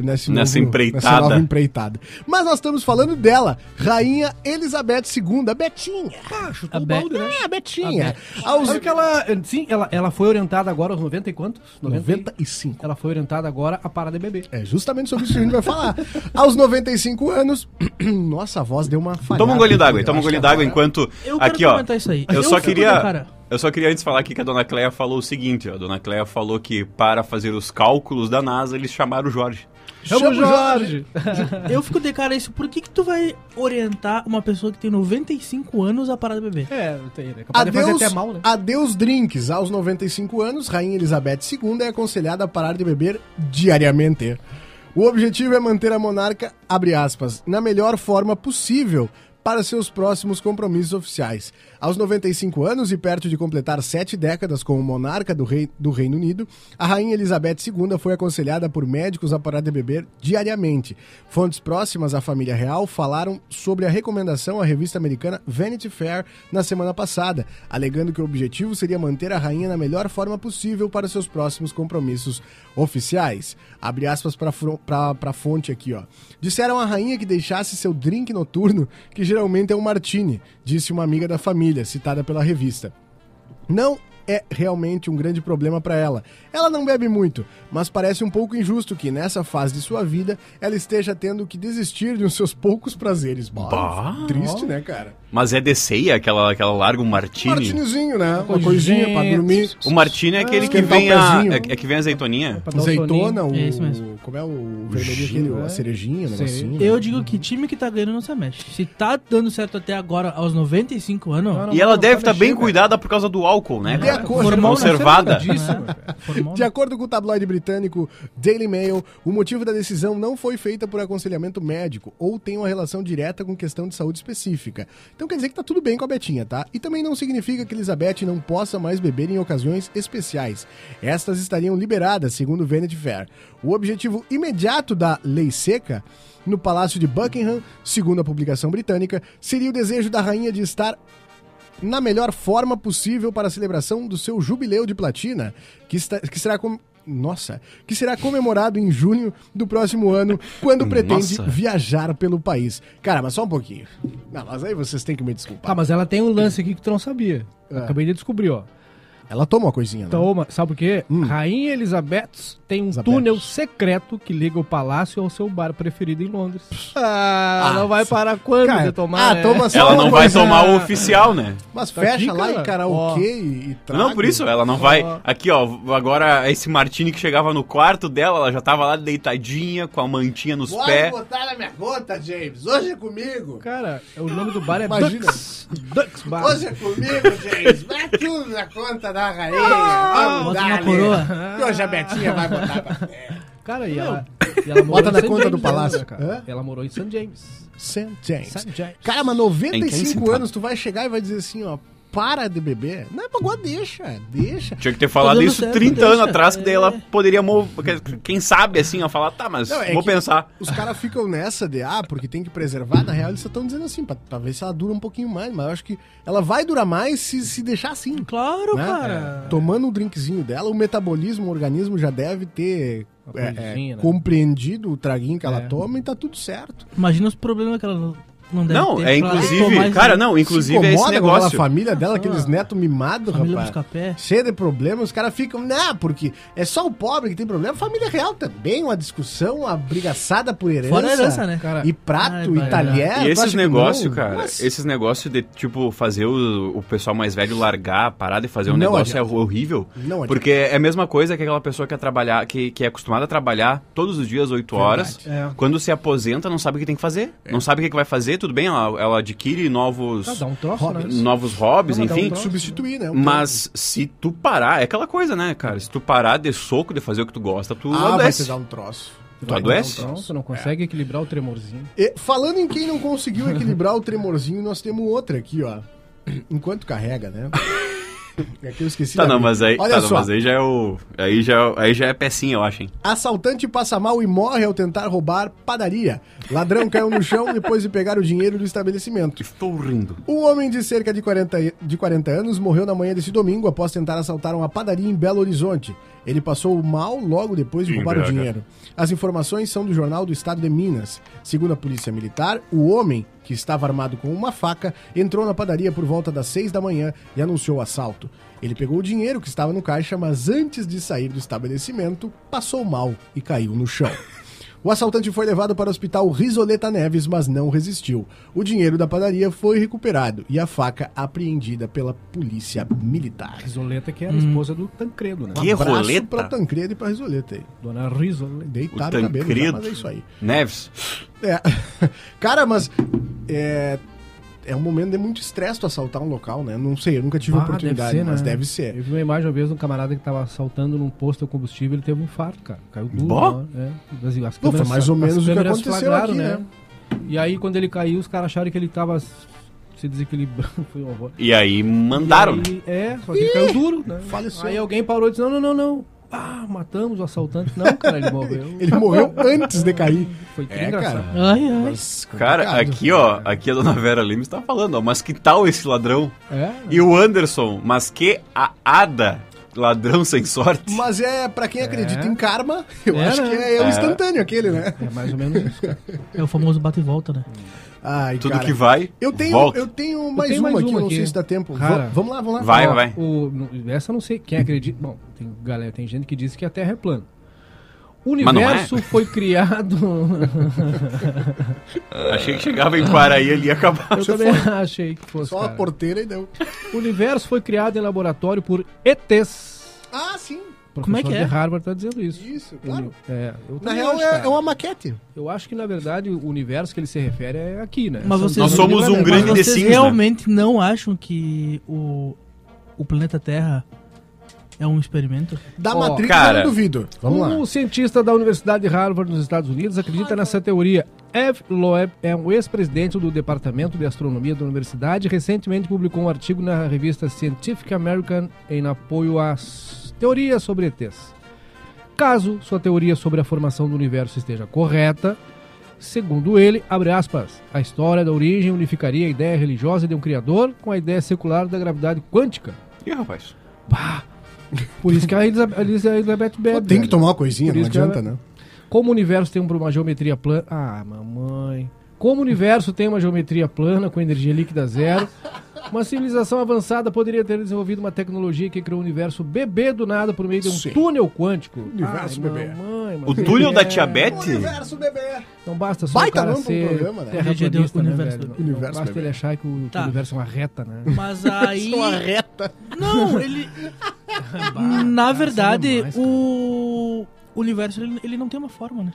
Speaker 1: nesse
Speaker 2: Nessa empreitada.
Speaker 1: nessa nova empreitada. Mas nós estamos falando dela, Rainha Elizabeth II, a Betinha.
Speaker 4: o
Speaker 3: A Be-
Speaker 4: balde, né?
Speaker 1: É, a Betinha. Aos
Speaker 4: Sabe que ela, sim, ela, ela foi orientada agora aos 90 e quantos? 90 e-
Speaker 1: 95.
Speaker 4: Ela foi orientada agora a parar de beber.
Speaker 1: É justamente sobre isso que a gente vai falar. Aos 95 anos, nossa, a voz deu uma falha.
Speaker 2: Toma um golinho d'água aí, toma um golinho
Speaker 1: é
Speaker 2: d'água enquanto.
Speaker 3: Eu quero
Speaker 2: aqui, ó.
Speaker 3: comentar isso aí.
Speaker 2: Eu,
Speaker 3: Eu
Speaker 2: só
Speaker 3: fico na
Speaker 2: queria.
Speaker 3: cara.
Speaker 2: Eu só queria antes falar aqui que a dona Cleia falou o seguinte, ó. A dona Cleia falou que para fazer os cálculos da NASA eles chamaram o Jorge.
Speaker 1: Chama o
Speaker 4: Jorge!
Speaker 3: Eu fico de cara isso. Por que que tu vai orientar uma pessoa que tem 95 anos a parar de beber?
Speaker 4: É, não tem, né? Capaz de
Speaker 1: Adeus,
Speaker 4: fazer até mal, né?
Speaker 1: adeus drinks. Aos 95 anos, Rainha Elizabeth II é aconselhada a parar de beber diariamente. O objetivo é manter a monarca, abre aspas, na melhor forma possível para seus próximos compromissos oficiais. Aos 95 anos e perto de completar sete décadas como monarca do, rei, do Reino Unido, a Rainha Elizabeth II foi aconselhada por médicos a parar de beber diariamente. Fontes próximas à família real falaram sobre a recomendação à revista americana Vanity Fair na semana passada, alegando que o objetivo seria manter a rainha na melhor forma possível para seus próximos compromissos oficiais. Abre aspas para a fonte aqui, ó. Disseram à rainha que deixasse seu drink noturno, que geralmente é um martini, disse uma amiga da família, citada pela revista. Não é realmente um grande problema para ela. Ela não bebe muito, mas parece um pouco injusto que nessa fase de sua vida ela esteja tendo que desistir de uns seus poucos prazeres. Bah,
Speaker 2: Bah.
Speaker 1: Triste, né, cara?
Speaker 2: Mas é de ceia aquela, aquela larga, um martini.
Speaker 1: Martinizinho, né? Uma coisinha pra dormir.
Speaker 2: O martini é aquele que
Speaker 1: Esquentar o
Speaker 2: vem a,
Speaker 1: pezinho.
Speaker 2: é, é que vem a azeitoninha.
Speaker 4: Pra dar um
Speaker 1: Azeitona, o.
Speaker 4: soninho.
Speaker 3: É isso mesmo.
Speaker 1: Como é o vermelhinho aquele?
Speaker 4: né?
Speaker 1: A cerejinha, o
Speaker 4: Sim.
Speaker 1: negocinho. né?
Speaker 3: Eu digo que time que tá ganhando não se mexe. Se tá dando certo até agora, aos 95 anos,
Speaker 4: Não, não,
Speaker 2: E ela
Speaker 4: não,
Speaker 2: deve
Speaker 4: tá
Speaker 2: estar bem
Speaker 4: mexendo,
Speaker 2: cuidada por causa do álcool, né?
Speaker 1: De
Speaker 2: cara?
Speaker 1: acordo-
Speaker 3: Formal
Speaker 2: Conservada.
Speaker 4: não, isso, mano.
Speaker 3: formal,
Speaker 1: De acordo com o tabloide britânico Daily Mail, o motivo da decisão não foi feita por aconselhamento médico ou tem uma relação direta com questão de saúde específica. Então quer dizer que tá tudo bem com a Betinha, tá? E também não significa que Elizabeth não possa mais beber em ocasiões especiais. Estas estariam liberadas, segundo Vanity Fair. O objetivo imediato da lei seca no Palácio de Buckingham, segundo a publicação britânica, seria o desejo da rainha de estar na melhor forma possível para a celebração do seu jubileu de platina, que, está- que será com- nossa, que será comemorado em junho do próximo ano, quando pretende
Speaker 2: Nossa.
Speaker 1: viajar pelo país. Cara, mas só um pouquinho. Não, mas aí vocês têm que me desculpar.
Speaker 4: Tá, mas ela tem um lance aqui que tu não sabia.
Speaker 1: É.
Speaker 4: Eu Acabei de descobrir, ó.
Speaker 1: Ela toma uma coisinha, né?
Speaker 4: Então, uma- sabe por quê?
Speaker 1: Hum.
Speaker 4: Rainha Elizabeth tem um
Speaker 1: Elizabeth.
Speaker 4: túnel secreto que liga o palácio ao seu bar preferido em Londres.
Speaker 1: Ah,
Speaker 4: ela não vai parar quando
Speaker 1: Cara,
Speaker 4: de tomar,
Speaker 1: ah,
Speaker 4: né?
Speaker 1: toma só
Speaker 2: Ela
Speaker 1: uma
Speaker 2: não vai
Speaker 1: coisinha.
Speaker 2: tomar o oficial, né?
Speaker 1: Mas
Speaker 4: Tá
Speaker 1: fecha
Speaker 4: aqui,
Speaker 1: lá
Speaker 4: cara.
Speaker 1: e karaokê e, e trago.
Speaker 2: Não, por isso, é ela não vai. Aqui, ó, agora esse Martini que chegava no quarto dela, ela já tava lá deitadinha, com a mantinha nos
Speaker 1: Pode
Speaker 2: pés.
Speaker 1: botar na minha conta, James. Hoje é comigo.
Speaker 4: Cara, o nome do bar é
Speaker 1: Imagina.
Speaker 4: Ducks. Ducks Bar.
Speaker 1: Hoje é comigo, James. Vai tudo na conta da rainha. Vamos
Speaker 3: Bota
Speaker 1: dar ali.
Speaker 3: uma
Speaker 4: Ah.
Speaker 3: coroa.
Speaker 1: Que hoje a Betinha vai botar pra
Speaker 4: Cara, e ela, e ela morou
Speaker 1: Bota
Speaker 4: em
Speaker 1: na
Speaker 4: St.
Speaker 1: conta
Speaker 4: James
Speaker 1: do palácio.
Speaker 4: ainda, cara.
Speaker 1: Hã?
Speaker 4: Ela morou em St. James.
Speaker 1: St. James.
Speaker 4: St. James.
Speaker 1: Cara, mas 95
Speaker 2: sentar.
Speaker 1: anos, tu vai chegar e vai dizer assim, ó, para de beber. Não, mas agora deixa, deixa.
Speaker 2: Tinha que ter falado
Speaker 3: dando
Speaker 2: isso
Speaker 3: certo,
Speaker 2: 30
Speaker 3: deixa.
Speaker 2: anos atrás, que daí ela
Speaker 3: É.
Speaker 2: poderia. mo- porque Quem sabe assim, ela falar, tá, mas
Speaker 1: Não, é
Speaker 2: vou
Speaker 1: que
Speaker 2: pensar.
Speaker 1: Os caras ficam nessa de, ah, porque tem que preservar. Na real, eles só estão dizendo assim, pra, pra ver se ela dura um pouquinho mais. Mas eu acho que ela vai durar mais se, se deixar assim.
Speaker 3: Claro,
Speaker 1: né?
Speaker 3: cara.
Speaker 1: É, Tomando um drinkzinho dela, o metabolismo, o organismo já deve ter
Speaker 4: Uma
Speaker 1: é, é,
Speaker 4: coisinha, né?
Speaker 1: compreendido o traguinho que ela
Speaker 4: É.
Speaker 1: toma e tá tudo certo.
Speaker 3: É. Imagina os problemas que ela não- não deve
Speaker 2: Não,
Speaker 3: ter
Speaker 2: é
Speaker 3: pra
Speaker 2: inclusive.
Speaker 3: tomar isso
Speaker 2: cara,
Speaker 3: aí.
Speaker 2: não, inclusive
Speaker 1: Se
Speaker 2: é esse
Speaker 1: incomoda com aquela
Speaker 2: negócio.
Speaker 1: família
Speaker 4: Ah,
Speaker 1: dela, aqueles netos mimados,
Speaker 3: Família
Speaker 1: rapaz.
Speaker 3: Buscapé.
Speaker 1: Cheio de problema, os caras ficam, não, porque é só o pobre que tem problema, família real também, uma discussão, uma brigaçada por herança.
Speaker 3: Fora a herança, né?
Speaker 4: Cara,
Speaker 1: E prato,
Speaker 3: Ai,
Speaker 1: e talher.
Speaker 2: E
Speaker 1: É, tu acha
Speaker 2: esses
Speaker 1: que
Speaker 2: negócios,
Speaker 1: não? assim?
Speaker 2: cara,
Speaker 1: Mas-
Speaker 2: esses negócios de, tipo, fazer o, o pessoal mais velho largar a parada e fazer um
Speaker 1: Não
Speaker 2: negócio
Speaker 1: adianta.
Speaker 2: é horrível.
Speaker 1: Não adianta.
Speaker 2: porque é a mesma coisa que aquela pessoa que, é trabalhar, que, que é acostumada a trabalhar todos os dias, 8 horas.
Speaker 4: É.
Speaker 2: Quando se aposenta, não sabe o que tem que fazer.
Speaker 1: É.
Speaker 2: Não sabe o que, que vai fazer, tudo bem, ela, ela adquire novos,
Speaker 4: Ah, dá um troço, né?
Speaker 2: novos hobbies,
Speaker 4: Não, mas dá um
Speaker 2: enfim.
Speaker 4: troço.
Speaker 1: substituir, né? O
Speaker 2: Mas se tu parar, é aquela coisa, né, cara? Se tu parar de soco de fazer o que tu gosta, tu
Speaker 1: troço. Ah, vai te
Speaker 2: adoece.
Speaker 1: dar um troço.
Speaker 2: Tu
Speaker 1: Vai te
Speaker 2: adoece?
Speaker 1: dar um
Speaker 4: Não,
Speaker 1: troço.
Speaker 4: Então, tu não consegue equilibrar o tremorzinho.
Speaker 1: E, falando em quem não conseguiu equilibrar o tremorzinho, nós temos outra aqui, ó. Enquanto carrega, né? É que eu esqueci.
Speaker 2: Tá,
Speaker 1: da
Speaker 2: não,
Speaker 1: minha.
Speaker 2: mas aí,
Speaker 1: Olha
Speaker 2: tá, não,
Speaker 1: só,
Speaker 2: mas aí já é o. Aí já, aí já é pecinha, eu acho, hein?
Speaker 1: Assaltante passa mal e morre ao tentar roubar padaria. Ladrão caiu no chão depois de pegar o dinheiro do estabelecimento.
Speaker 2: Estou rindo.
Speaker 1: Um homem de cerca de 40, e- de 40 anos morreu na manhã desse domingo após tentar assaltar uma padaria em Belo Horizonte. Ele passou mal logo depois de
Speaker 2: Em
Speaker 1: roubar o
Speaker 2: BH.
Speaker 1: dinheiro. As informações são do jornal do Estado de Minas. Segundo a polícia militar, o homem, que estava armado com uma faca, entrou na padaria por volta das 6 da manhã e anunciou o assalto. Ele pegou o dinheiro que estava no caixa, mas antes de sair do estabelecimento, passou mal e caiu no chão. O assaltante foi levado para o hospital Risoleta Neves, mas não resistiu. O dinheiro da padaria foi recuperado e a faca apreendida pela polícia militar.
Speaker 4: Risoleta,
Speaker 1: Hum.
Speaker 4: que era a esposa do Tancredo, né?
Speaker 2: Que roleta?
Speaker 1: pra Tancredo e pra Risoleta aí.
Speaker 4: Dona Risoleta.
Speaker 1: Deitaram
Speaker 2: O
Speaker 1: o cabelo já,
Speaker 2: Tancredo.
Speaker 1: mas é isso aí.
Speaker 2: Neves.
Speaker 1: É. Cara, mas é, é um momento de muito estresse tu assaltar um local, né? Não sei, eu nunca tive
Speaker 4: Ah,
Speaker 1: oportunidade,
Speaker 4: deve ser,
Speaker 1: mas
Speaker 4: né?
Speaker 1: deve ser.
Speaker 4: Eu vi uma imagem uma vez de um camarada que tava assaltando num posto de combustível ele teve um infarto, cara. Caiu duro.
Speaker 2: Bó?
Speaker 4: né? É. Assim, as
Speaker 1: Pô, foi mais ou
Speaker 4: as
Speaker 1: menos o que
Speaker 4: câmeras
Speaker 1: aconteceu
Speaker 4: flagraram, né?
Speaker 1: aqui, né?
Speaker 4: E aí, quando ele caiu, os caras acharam que ele tava se desequilibrando. Foi um horror.
Speaker 2: E aí mandaram. né?
Speaker 4: E aí- É, só que ele caiu duro, né?
Speaker 1: faleceu.
Speaker 4: Aí alguém parou e disse: não, não, não, não. Ah, matamos o assaltante. Não, cara, ele morreu.
Speaker 1: Ele morreu antes de cair.
Speaker 4: Foi que
Speaker 1: É,
Speaker 4: engraçado.
Speaker 1: cara.
Speaker 3: Ai, ai.
Speaker 2: Cara, aqui, ó, aqui a dona Vera Lima está falando, ó, mas que tal esse ladrão?
Speaker 4: É.
Speaker 2: E o Anderson, mas que a Ada, ladrão sem sorte.
Speaker 1: Mas é, pra quem acredita em karma, eu
Speaker 4: É,
Speaker 1: acho
Speaker 4: né?
Speaker 1: que é, o instantâneo aquele, né?
Speaker 4: É mais ou menos isso, cara.
Speaker 3: É o famoso bate e volta, né?
Speaker 1: Ai,
Speaker 2: Tudo
Speaker 1: cara.
Speaker 2: que vai,
Speaker 1: Eu tenho,
Speaker 2: volta.
Speaker 1: eu tenho mais
Speaker 4: tenho
Speaker 1: uma
Speaker 4: mais
Speaker 1: aqui,
Speaker 4: uma
Speaker 1: eu não
Speaker 4: aqui.
Speaker 1: sei se dá tempo.
Speaker 4: Cara.
Speaker 1: Va- vamos lá, vamos lá.
Speaker 2: Vai,
Speaker 4: Ó,
Speaker 2: vai.
Speaker 4: o- n- essa eu não sei quem acredita. Bom, tem galera, tem gente que diz que a Terra é plana. O
Speaker 2: Mas não é.
Speaker 4: universo foi criado.
Speaker 2: Achei que chegava em Paraí ali e ia acabar.
Speaker 4: eu também achei que fosse.
Speaker 1: Só a
Speaker 4: cara.
Speaker 1: porteira e deu.
Speaker 4: O universo foi criado em laboratório por ETs.
Speaker 1: Ah, sim.
Speaker 4: O
Speaker 3: Como é que
Speaker 4: professor
Speaker 3: é?
Speaker 4: de Harvard está dizendo isso.
Speaker 1: Isso, claro.
Speaker 4: É, eu
Speaker 1: Na
Speaker 4: também
Speaker 1: real,
Speaker 4: acho,
Speaker 1: é,
Speaker 4: cara.
Speaker 1: é uma maquete.
Speaker 4: Eu acho que, na verdade, o universo que ele se refere é aqui, né?
Speaker 3: Mas
Speaker 4: São
Speaker 3: vocês,
Speaker 2: Nós
Speaker 4: dois
Speaker 2: somos um
Speaker 4: universos.
Speaker 2: grande
Speaker 3: mas
Speaker 2: The
Speaker 3: vocês
Speaker 2: Sims, né?
Speaker 3: realmente não acham que o, o planeta Terra é um experimento?
Speaker 1: Da
Speaker 4: Ó,
Speaker 1: Matrix,
Speaker 2: cara.
Speaker 1: eu não duvido. Vamos lá.
Speaker 4: Um cientista da Universidade de Harvard, nos Estados Unidos, acredita nessa teoria. F. Loeb é um ex-presidente do Departamento de Astronomia da Universidade e recentemente publicou um artigo na revista Scientific American em apoio às teorias sobre ETs. Caso sua teoria sobre a formação do universo esteja correta, segundo ele, abre aspas, a história da origem unificaria a ideia religiosa de um criador com a ideia secular da gravidade quântica.
Speaker 2: Ih, rapaz.
Speaker 4: Bah! Por isso que a Elisa- a Elizabeth
Speaker 1: Pô,
Speaker 4: bebe.
Speaker 1: tem que
Speaker 4: velho.
Speaker 1: tomar uma coisinha,
Speaker 4: Por
Speaker 1: não
Speaker 4: isso que
Speaker 1: adianta,
Speaker 4: ela-
Speaker 1: né?
Speaker 4: Como o universo tem uma geometria plana. Ah, mamãe. Como o universo tem uma geometria plana com energia líquida zero, uma civilização avançada poderia ter desenvolvido uma tecnologia que criou o universo bebê do nada por meio de um
Speaker 1: Sim.
Speaker 4: túnel quântico. Ah,
Speaker 1: Universo bebê.
Speaker 4: Mamãe,
Speaker 2: O
Speaker 4: mamãe.
Speaker 2: túnel da
Speaker 4: É,
Speaker 2: Tia Bete?
Speaker 1: bebê.
Speaker 4: Não basta só
Speaker 1: Baita
Speaker 4: o cara
Speaker 1: nome pra um
Speaker 4: ser
Speaker 1: programa, né?
Speaker 4: terraplanista,
Speaker 3: Hoje em dia,
Speaker 4: né,
Speaker 3: universo
Speaker 4: velho?
Speaker 3: bebê.
Speaker 4: Não,
Speaker 1: Universo
Speaker 4: basta
Speaker 1: bebê.
Speaker 4: ele achar que o, que
Speaker 3: Tá. Hum,
Speaker 4: o universo é uma reta, né?
Speaker 3: Mas aí.
Speaker 1: Uma reta.
Speaker 3: Não, ele. Na verdade,
Speaker 4: demais, cara.
Speaker 3: o. O universo ele, ele não tem uma forma, né?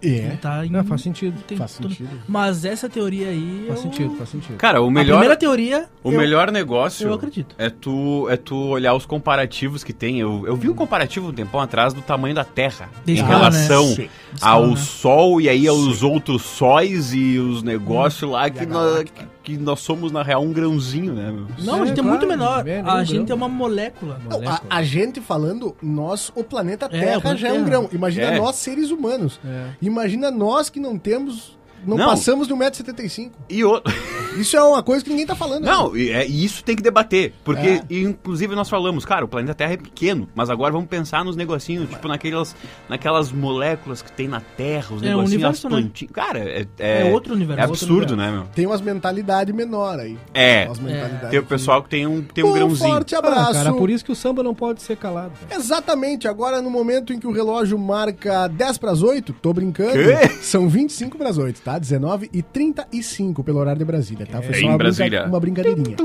Speaker 3: Ele
Speaker 1: É.
Speaker 3: tá em-
Speaker 4: Não, faz sentido.
Speaker 3: tem
Speaker 1: Faz
Speaker 3: tudo.
Speaker 1: sentido.
Speaker 3: Mas essa teoria aí.
Speaker 4: Faz
Speaker 3: eu-
Speaker 4: sentido, faz sentido.
Speaker 2: Cara, o
Speaker 3: A
Speaker 2: melhor,
Speaker 3: primeira teoria.
Speaker 2: o
Speaker 3: eu-
Speaker 2: melhor negócio
Speaker 3: eu acredito.
Speaker 2: É, tu, é tu olhar os comparativos que tem. Eu, eu vi um comparativo um tempão atrás do tamanho da Terra
Speaker 3: De
Speaker 2: em
Speaker 3: escala,
Speaker 2: relação
Speaker 3: né? Sim.
Speaker 2: ao
Speaker 3: escala, né?
Speaker 2: Sol e aí aos outros sóis e os negócios lá que nós, que, que nós somos, na real, um grãozinho, né? meu?
Speaker 3: Não, a
Speaker 4: É,
Speaker 3: gente é,
Speaker 4: claro,
Speaker 3: muito menor.
Speaker 4: é, nem
Speaker 3: a
Speaker 4: um
Speaker 3: gente é
Speaker 4: grão.
Speaker 3: uma molécula.
Speaker 1: Não, a, a gente falando, nós, o planeta
Speaker 3: É, o
Speaker 1: Terra
Speaker 3: planeta
Speaker 1: já é um
Speaker 3: Terra.
Speaker 1: grão. Imagina
Speaker 2: É.
Speaker 1: nós, seres humanos.
Speaker 4: É.
Speaker 1: Imagina nós que não temos. Não,
Speaker 2: Não.
Speaker 1: passamos de 1,75m.
Speaker 2: E o...
Speaker 1: Isso é uma coisa que ninguém tá falando. né?
Speaker 2: Não, e, é, e isso tem que debater. Porque,
Speaker 1: É.
Speaker 2: e, inclusive, nós falamos, cara, o planeta Terra é pequeno, mas agora vamos pensar nos negocinhos, tipo, naquelas, naquelas moléculas que tem na Terra, os
Speaker 3: É, o
Speaker 2: negocinhos,
Speaker 3: universo,
Speaker 2: as
Speaker 3: né?
Speaker 2: plantinhas. Cara, é,
Speaker 3: É,
Speaker 2: é,
Speaker 3: outro universo.
Speaker 2: é
Speaker 3: outro
Speaker 2: absurdo,
Speaker 3: universo.
Speaker 2: né, meu?
Speaker 1: Tem umas mentalidades menor aí.
Speaker 2: É.
Speaker 1: Umas mentalidades
Speaker 2: Tem o pessoal que tem um, tem um grãozinho.
Speaker 1: forte abraço.
Speaker 4: Ah, cara, por isso que o samba não pode ser calado. velho.
Speaker 1: Exatamente, agora no momento em que o relógio marca 10 para as 8, tô brincando,
Speaker 2: Quê?
Speaker 1: são 25 para as 8, tá? 19 e 35 pelo horário de Brasília, tá? Foi
Speaker 2: É, em
Speaker 1: uma,
Speaker 2: Brasília.
Speaker 1: uma brincadeirinha.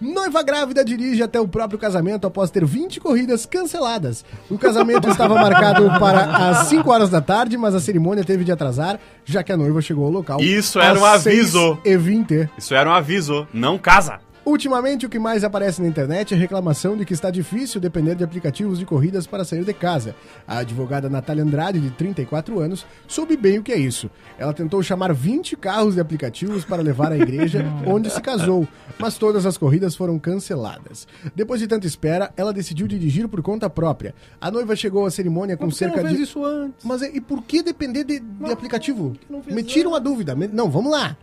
Speaker 1: Noiva grávida dirige até o próprio casamento após ter 20 corridas canceladas. O casamento estava marcado para as 5 horas da tarde, mas a cerimônia teve de atrasar, já que a noiva chegou ao local.
Speaker 2: Isso era um
Speaker 1: às
Speaker 2: aviso.
Speaker 1: 6 E 20.
Speaker 2: Isso era um aviso. Não casa.
Speaker 1: Ultimamente, o que mais aparece na internet é reclamação de que está difícil depender de aplicativos de corridas para sair de casa. A advogada Natália Andrade, de 34 anos, soube bem o que é isso. Ela tentou chamar 20 carros de aplicativos para levar à igreja onde se casou, mas todas as corridas foram canceladas. Depois de tanta espera, ela decidiu dirigir por conta própria. A noiva chegou à cerimônia com
Speaker 4: Mas por que
Speaker 1: cerca
Speaker 4: não fez
Speaker 1: de.
Speaker 4: isso antes?
Speaker 1: Mas é, e e por que depender de, de aplicativo?
Speaker 4: não fez
Speaker 1: Me tira uma dúvida. Me- Não, vamos lá.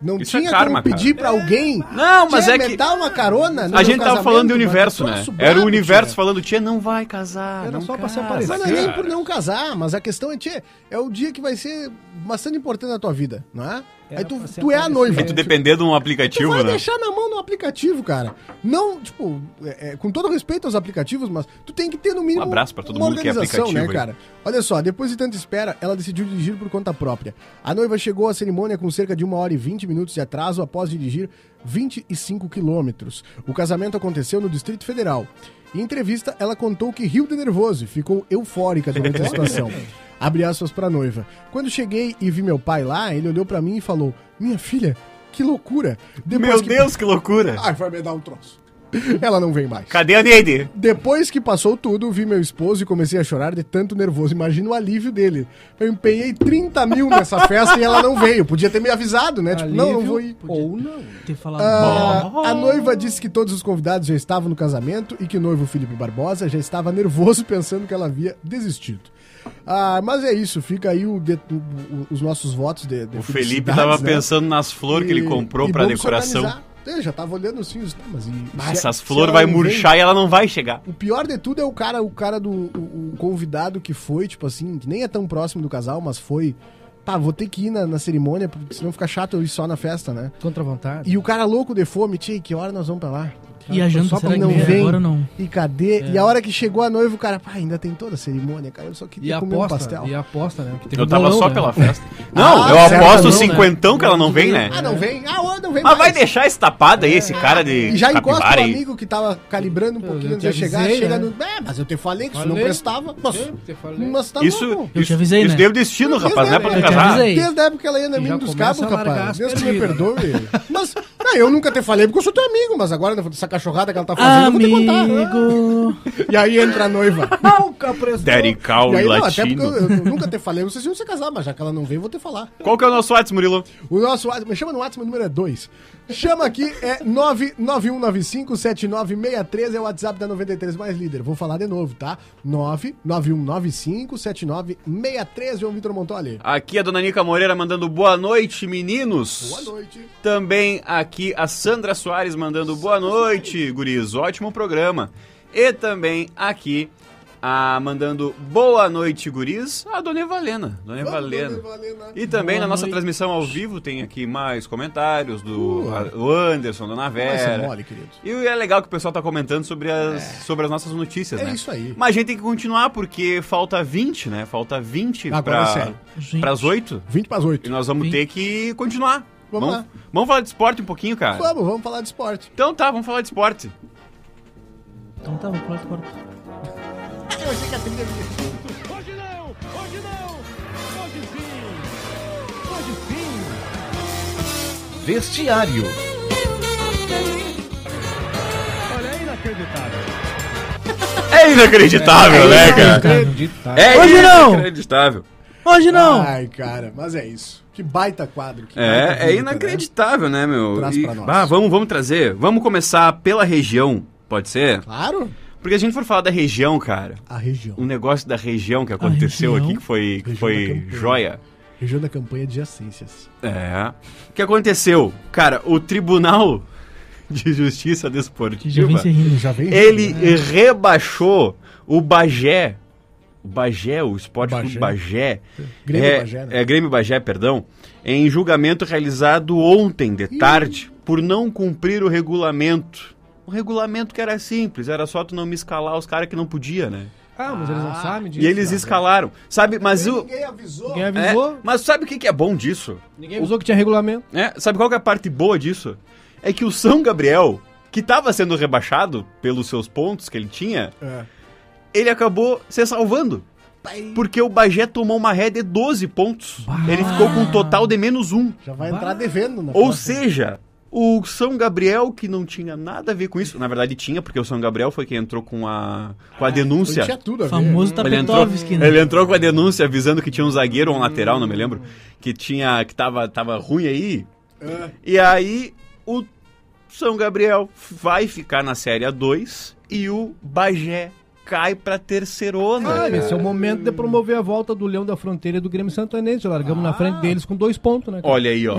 Speaker 1: Não
Speaker 2: Isso é
Speaker 1: tinha
Speaker 2: karma,
Speaker 1: como pedir pra alguém.
Speaker 2: Não, mas
Speaker 1: Tchê,
Speaker 2: é que-
Speaker 1: me dá uma carona. no
Speaker 2: a
Speaker 1: meu
Speaker 2: gente tava
Speaker 1: casamento,
Speaker 2: falando do
Speaker 1: mas
Speaker 2: universo,
Speaker 1: um
Speaker 2: né?
Speaker 1: troço
Speaker 2: Era o
Speaker 1: brabo,
Speaker 2: universo
Speaker 1: tchê.
Speaker 2: falando, tia, não vai casar.
Speaker 4: Era
Speaker 2: não
Speaker 4: só pra se
Speaker 2: casa,
Speaker 4: aparecer.
Speaker 1: Mas
Speaker 2: cara."
Speaker 1: não é nem por não casar, mas a questão é, tchê, é o dia que vai ser bastante importante na tua vida, não é?
Speaker 4: Era
Speaker 1: Aí tu,
Speaker 4: pra ser
Speaker 1: tu é a
Speaker 4: aparecer.
Speaker 1: noiva.
Speaker 2: Aí tu depender de um aplicativo,
Speaker 1: vai
Speaker 2: né?
Speaker 1: deixar na mão no aplicativo, cara. Não, tipo, é, é, com todo respeito aos aplicativos, mas tu tem que ter no mínimo.
Speaker 2: Um abraço pra todo
Speaker 1: uma
Speaker 2: mundo que é
Speaker 1: organização,
Speaker 2: aplicativo
Speaker 1: né,
Speaker 2: aí.
Speaker 1: cara? Olha só, depois de tanta espera, ela decidiu dirigir por conta própria. A noiva chegou à cerimônia com cerca de uma hora e 20 minutos de atraso após dirigir 25 quilômetros. O casamento aconteceu no Distrito Federal. Em entrevista, ela contou que riu de nervoso e ficou eufórica durante a situação. Abre aspas pra noiva. Quando cheguei e vi meu pai lá, ele olhou pra mim e falou: Minha filha, que loucura! Depois
Speaker 2: Meu
Speaker 1: que-
Speaker 2: Deus, que loucura.
Speaker 1: Ai, vai me dar um troço. Ela não vem mais.
Speaker 2: Cadê a Neide?
Speaker 1: Depois que passou tudo, vi meu esposo e comecei a chorar de tanto nervoso. Imagina o alívio dele. Eu empenhei 30 mil nessa festa e ela não veio. Podia ter me avisado, né? Tipo, não, não
Speaker 4: Alívio
Speaker 1: vou ir.
Speaker 4: Ou não.
Speaker 3: Ter falado.
Speaker 1: Ah, a noiva disse que todos os convidados já estavam no casamento e que o noivo Felipe Barbosa já estava nervoso pensando que ela havia desistido. Ah, mas é isso, fica aí o de- o- o- os nossos votos de, de
Speaker 2: O Felipe
Speaker 1: felicidades,
Speaker 2: tava
Speaker 1: né?
Speaker 2: pensando nas flores que ele
Speaker 1: E-
Speaker 2: comprou
Speaker 1: e
Speaker 2: pra
Speaker 1: vamos se
Speaker 2: decoração.
Speaker 1: organizar. Eu já tava olhando assim, os temas. E,
Speaker 2: Ah,
Speaker 1: se-
Speaker 2: Essas
Speaker 1: se
Speaker 2: flores
Speaker 1: ela
Speaker 2: vai
Speaker 1: não vem,
Speaker 2: murchar e ela não vai chegar.
Speaker 1: o pior de tudo é o cara, o cara do o, o convidado que foi, tipo assim, que nem é tão próximo do casal, mas foi pá, vou ter que ir na, na cerimônia, porque senão fica chato eu ir só na festa, né?
Speaker 4: Contra a vontade.
Speaker 1: E o cara louco de fome, tia, que hora nós vamos pra lá?
Speaker 3: E a janta,
Speaker 1: Ah, Só
Speaker 3: será
Speaker 1: pra
Speaker 3: que
Speaker 1: não
Speaker 3: vem
Speaker 1: vem.
Speaker 3: agora ou não?
Speaker 1: E cadê? E a hora que chegou a noiva, o cara, pá, ainda tem toda a cerimônia, cara. Eu só
Speaker 4: E
Speaker 1: queria
Speaker 4: a
Speaker 1: comer um
Speaker 4: aposta,
Speaker 1: pastel.
Speaker 4: e a aposta, né? Que teve
Speaker 2: Eu
Speaker 4: um
Speaker 2: tava
Speaker 4: bolão,
Speaker 2: só
Speaker 4: né?
Speaker 2: pela festa. Não,
Speaker 1: Ah,
Speaker 2: eu
Speaker 1: certo,
Speaker 2: aposto
Speaker 1: não, né?
Speaker 2: cinquentão que ela não vem, né?
Speaker 1: Ah, não vem? Ah, ô, não vem
Speaker 2: Mas vai
Speaker 1: mais.
Speaker 2: deixar estapado aí esse cara de
Speaker 1: E já encosta
Speaker 2: capivara
Speaker 1: o
Speaker 2: aí?
Speaker 1: amigo que tava calibrando um pouquinho
Speaker 4: eu
Speaker 1: antes de
Speaker 4: te
Speaker 1: chegar,
Speaker 4: avisei,
Speaker 1: chega
Speaker 4: né?
Speaker 1: no. É, mas eu te falei que isso não
Speaker 4: Falei.
Speaker 1: prestava. Mas,
Speaker 4: Eu te falei.
Speaker 1: mas tá
Speaker 2: Isso,
Speaker 1: louco.
Speaker 3: Eu te
Speaker 2: isso-
Speaker 3: avisei,
Speaker 2: isso
Speaker 3: né?
Speaker 2: deu destino, rapaz, não é pra
Speaker 3: Eu
Speaker 2: tu
Speaker 3: te
Speaker 2: casar.
Speaker 3: avisei.
Speaker 1: Desde a época ela ia na mina
Speaker 4: já
Speaker 1: dos
Speaker 4: começa
Speaker 1: cabos,
Speaker 4: a largar
Speaker 1: rapaz.
Speaker 4: as
Speaker 1: Deus que me
Speaker 4: perdidas.
Speaker 1: perdoe. Mas, não, eu nunca te falei porque eu sou teu amigo, mas agora essa cachorrada que ela tá fazendo, eu vou te contar.
Speaker 3: Amigo.
Speaker 1: E aí entra a noiva.
Speaker 4: Nunca
Speaker 2: ah,
Speaker 4: prestou.
Speaker 2: Derical
Speaker 1: e aí, não, até porque
Speaker 2: latino.
Speaker 1: eu, eu nunca te falei, vocês iam se casar, mas já que ela não veio, eu vou te falar.
Speaker 2: Qual que é o nosso WhatsApp, Murilo?
Speaker 1: O nosso WhatsApp, me chama no WhatsApp, o número é 2. Chama aqui, é 991957963, é o WhatsApp da 93 mais líder. Vou falar de novo, tá? 991957963, João Vitor Montoli.
Speaker 2: Aqui é a dona Nica Moreira mandando boa noite, meninos.
Speaker 1: Boa noite.
Speaker 2: Também aqui a Sandra Soares mandando boa noite, guris. Ótimo programa. E também aqui a mandando boa noite, guris, a dona Evalena.
Speaker 1: Ah,
Speaker 2: Dona Evalena. E também na
Speaker 3: Boa
Speaker 2: nossa
Speaker 3: noite.
Speaker 2: transmissão ao vivo tem aqui mais comentários do a- o Anderson, Dona
Speaker 1: Essa é
Speaker 2: Vera.
Speaker 1: mole, querido.
Speaker 2: E é legal que o pessoal tá comentando sobre as, sobre as nossas notícias,
Speaker 1: É
Speaker 2: né?
Speaker 1: isso aí.
Speaker 2: Mas a gente tem que continuar, porque falta 20, né? Falta 20
Speaker 1: Agora é sério.
Speaker 3: Gente.
Speaker 2: para as 8.
Speaker 1: 20 para as
Speaker 2: E
Speaker 1: 8.
Speaker 2: nós vamos
Speaker 3: Vinte.
Speaker 2: ter que continuar.
Speaker 1: Vamos lá.
Speaker 2: vamos falar de esporte um pouquinho, cara?
Speaker 1: Vamos, vamos falar de esporte.
Speaker 2: Então tá, vamos falar de esporte.
Speaker 3: Então tá, vou pular de fora.
Speaker 5: Vestiário.
Speaker 2: É inacreditável, né, cara?
Speaker 4: Acreditado.
Speaker 2: É
Speaker 3: Hoje não!
Speaker 2: inacreditável.
Speaker 3: Hoje não!
Speaker 1: Ai, cara, mas é isso. Que baita quadro. Que baita
Speaker 2: É, é
Speaker 1: vinheta, né?
Speaker 2: inacreditável, né, meu?
Speaker 1: Traz
Speaker 2: E-
Speaker 1: pra nós.
Speaker 2: Ah, vamos, vamos trazer. Vamos começar pela região, pode ser?
Speaker 1: Claro.
Speaker 2: Porque a gente for falar da região, cara.
Speaker 1: A região.
Speaker 2: Um negócio da região que aconteceu
Speaker 3: região?
Speaker 2: aqui, que foi, que
Speaker 1: Região da
Speaker 2: foi
Speaker 1: campanha.
Speaker 2: joia.
Speaker 1: Região da campanha de adjacências.
Speaker 2: É. O que aconteceu? Cara, o Tribunal de Justiça
Speaker 3: Que já vem
Speaker 2: Desportiva.
Speaker 3: se rindo.
Speaker 4: né?
Speaker 1: Já vem?
Speaker 4: É.
Speaker 2: Ele
Speaker 1: né?
Speaker 2: rebaixou o Bagé. O Bagé, o esporte Bagé.
Speaker 1: Bagé.
Speaker 2: clube Bagé.
Speaker 1: Grêmio
Speaker 2: é,
Speaker 1: Bagé, né?
Speaker 2: é Grêmio Bagé, perdão. Em julgamento realizado ontem de tarde por não cumprir o regulamento. O regulamento que era simples, era só tu não me escalar os caras que não podia, né?
Speaker 4: Ah, mas eles não sabem disso.
Speaker 2: E eles
Speaker 1: né?
Speaker 4: cara.
Speaker 2: escalaram. Sabe, mas o.
Speaker 1: Ninguém avisou.
Speaker 4: Ninguém
Speaker 2: é,
Speaker 4: avisou.
Speaker 2: mas sabe o que que é bom disso?
Speaker 4: Ninguém avisou que tinha regulamento.
Speaker 2: É, sabe qual que é a parte boa disso? É que o São Gabriel, que estava sendo rebaixado pelos seus pontos que ele tinha,
Speaker 1: É.
Speaker 2: ele acabou se salvando. Porque o Bagé tomou uma ré de 12 pontos. Ele ficou com um total de menos um.
Speaker 1: Já vai entrar devendo né? na
Speaker 2: Ou
Speaker 1: próxima.
Speaker 2: seja, o São Gabriel, que não tinha nada a ver com isso, na verdade tinha, porque o São Gabriel foi quem entrou com a, com a denúncia.
Speaker 1: Ah, então Ele tinha tudo a ver.
Speaker 3: Famoso
Speaker 2: Ele entrou,
Speaker 3: Tapetovski, né?
Speaker 2: ele entrou com a denúncia avisando que tinha um zagueiro ou um lateral, não me lembro, que tinha que tava, tava ruim aí. E aí o São Gabriel vai ficar na Série A2 e o Bagé cai pra terceirona.
Speaker 4: Ah, esse é o momento de promover a volta do Leão da Fronteira e do Grêmio Santanense. Já largamos na frente deles com dois pontos, né? cara?
Speaker 2: Ah. Olha É aí, ó.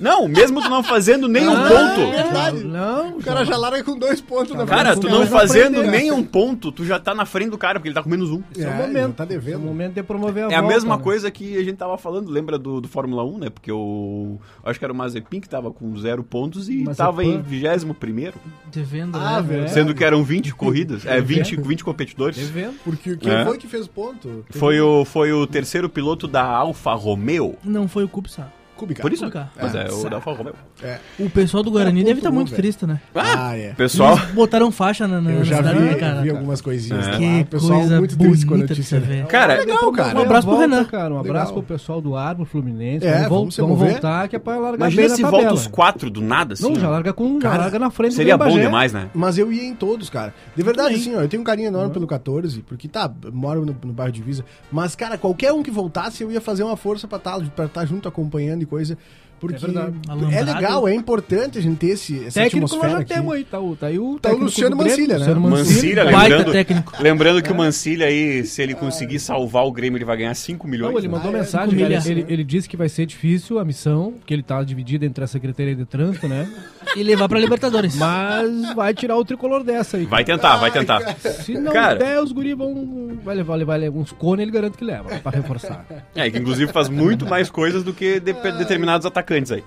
Speaker 2: Não, mesmo tu não fazendo nenhum
Speaker 4: Ah,
Speaker 2: ponto.
Speaker 1: verdade.
Speaker 4: Não,
Speaker 1: O cara já larga com dois pontos na
Speaker 2: Cara,
Speaker 1: frente. né?
Speaker 2: tu
Speaker 1: O
Speaker 2: não
Speaker 1: já
Speaker 2: fazendo
Speaker 1: aprendeu.
Speaker 2: nenhum
Speaker 3: um-
Speaker 2: ponto, tu já tá na frente do cara, porque ele tá com menos um.
Speaker 4: Esse é,
Speaker 1: É,
Speaker 4: o
Speaker 1: ele não
Speaker 4: momento.
Speaker 1: tá devendo.
Speaker 4: Esse é o momento de promover a
Speaker 2: É
Speaker 4: volta.
Speaker 2: a mesma
Speaker 4: né?
Speaker 2: coisa que a gente tava falando, lembra do, do Fórmula 1, né? Porque o. Acho que era o Mazepin que tava com zero pontos e
Speaker 4: Mazepin. É.
Speaker 2: tava em 21.
Speaker 3: Devendo,
Speaker 1: Ah,
Speaker 3: né?
Speaker 1: velho.
Speaker 2: Sendo que eram 20 corridas, é 20, 20 competidores.
Speaker 4: Devendo.
Speaker 1: Porque quem
Speaker 2: É.
Speaker 1: foi que fez o ponto?
Speaker 2: Foi o, foi o terceiro piloto da Alfa Romeo.
Speaker 3: Não foi o Kupsa.
Speaker 1: Kubica.
Speaker 2: Por isso?
Speaker 3: Kubica.
Speaker 2: Mas é, o da Alfa Romeo.
Speaker 1: É.
Speaker 3: O pessoal do Guarani
Speaker 1: Cara,
Speaker 3: deve estar
Speaker 1: ponto
Speaker 3: muito
Speaker 1: um, velho.
Speaker 3: triste, né?
Speaker 1: Ah, é.
Speaker 2: Pessoal,
Speaker 3: Eles botaram faixa na, na,
Speaker 1: Eu
Speaker 3: na
Speaker 1: já
Speaker 3: cidade, né,
Speaker 1: vi,
Speaker 3: cara?
Speaker 1: vi algumas
Speaker 2: É.
Speaker 1: coisinhas. lá.
Speaker 3: Que
Speaker 1: O pessoal
Speaker 3: coisa
Speaker 1: muito triste com a
Speaker 3: bonita de
Speaker 1: notícia.
Speaker 3: se
Speaker 1: né?
Speaker 3: ver.
Speaker 2: cara,
Speaker 1: Legal,
Speaker 4: Um
Speaker 1: cara.
Speaker 4: abraço pro
Speaker 3: Volta,
Speaker 4: Renan. Cara, um abraço
Speaker 1: Legal.
Speaker 4: pro pessoal do ar, pro Fluminense.
Speaker 1: É,
Speaker 4: vamos, vol-
Speaker 1: vamos se
Speaker 4: vamos
Speaker 1: mover.
Speaker 4: voltar que é pra largar
Speaker 2: imagina
Speaker 4: bem na
Speaker 2: se
Speaker 4: tabela.
Speaker 2: volta os quatro do nada, assim.
Speaker 4: Não, já
Speaker 2: ó.
Speaker 4: larga com um, já
Speaker 1: Cara,
Speaker 4: larga na frente. do
Speaker 2: Seria
Speaker 4: Grêmio
Speaker 2: bom
Speaker 4: Bagé.
Speaker 2: demais, né?
Speaker 1: Mas eu ia em todos, cara. De verdade, assim, ó, eu tenho um carinho
Speaker 4: Uhum.
Speaker 1: enorme pelo 14, porque tá, eu moro no, no bairro de Visa. Mas, cara, qualquer um que voltasse, eu ia fazer uma força pra estar pra tá junto tá acompanhando e coisa. Porque
Speaker 4: verdade.
Speaker 1: é,
Speaker 3: Alambrado.
Speaker 1: legal, é importante a gente ter esse, essa
Speaker 4: Técnico nós
Speaker 1: atmosfera
Speaker 4: já
Speaker 1: aqui.
Speaker 4: temos aí, tá o, tá aí o,
Speaker 1: Tá o
Speaker 4: técnico
Speaker 1: Luciano
Speaker 4: do Grêmio,
Speaker 1: Mancilla, né?
Speaker 4: Luciano
Speaker 2: Mancilla,
Speaker 3: Baita
Speaker 2: lembrando,
Speaker 3: técnico.
Speaker 2: lembrando
Speaker 4: É.
Speaker 2: que o Mancilla aí, se ele conseguir salvar o Grêmio, ele vai ganhar 5 milhões.
Speaker 4: Não, ele
Speaker 2: né?
Speaker 4: mandou
Speaker 1: Ah, é,
Speaker 4: mensagem,
Speaker 3: milha.
Speaker 4: ele, ele- ele disse que vai ser difícil a missão, que ele tá dividido entre a Secretaria de Trânsito, né?
Speaker 3: E levar pra Libertadores.
Speaker 4: Mas vai tirar o tricolor dessa aí.
Speaker 2: Vai tentar, vai tentar.
Speaker 4: Se não
Speaker 2: Cara.
Speaker 4: der, os guri vão... Vai levar, levar uns cones, ele garante que leva, pra reforçar.
Speaker 2: É, que inclusive faz muito mais coisas do que de- determinados atacantes aí.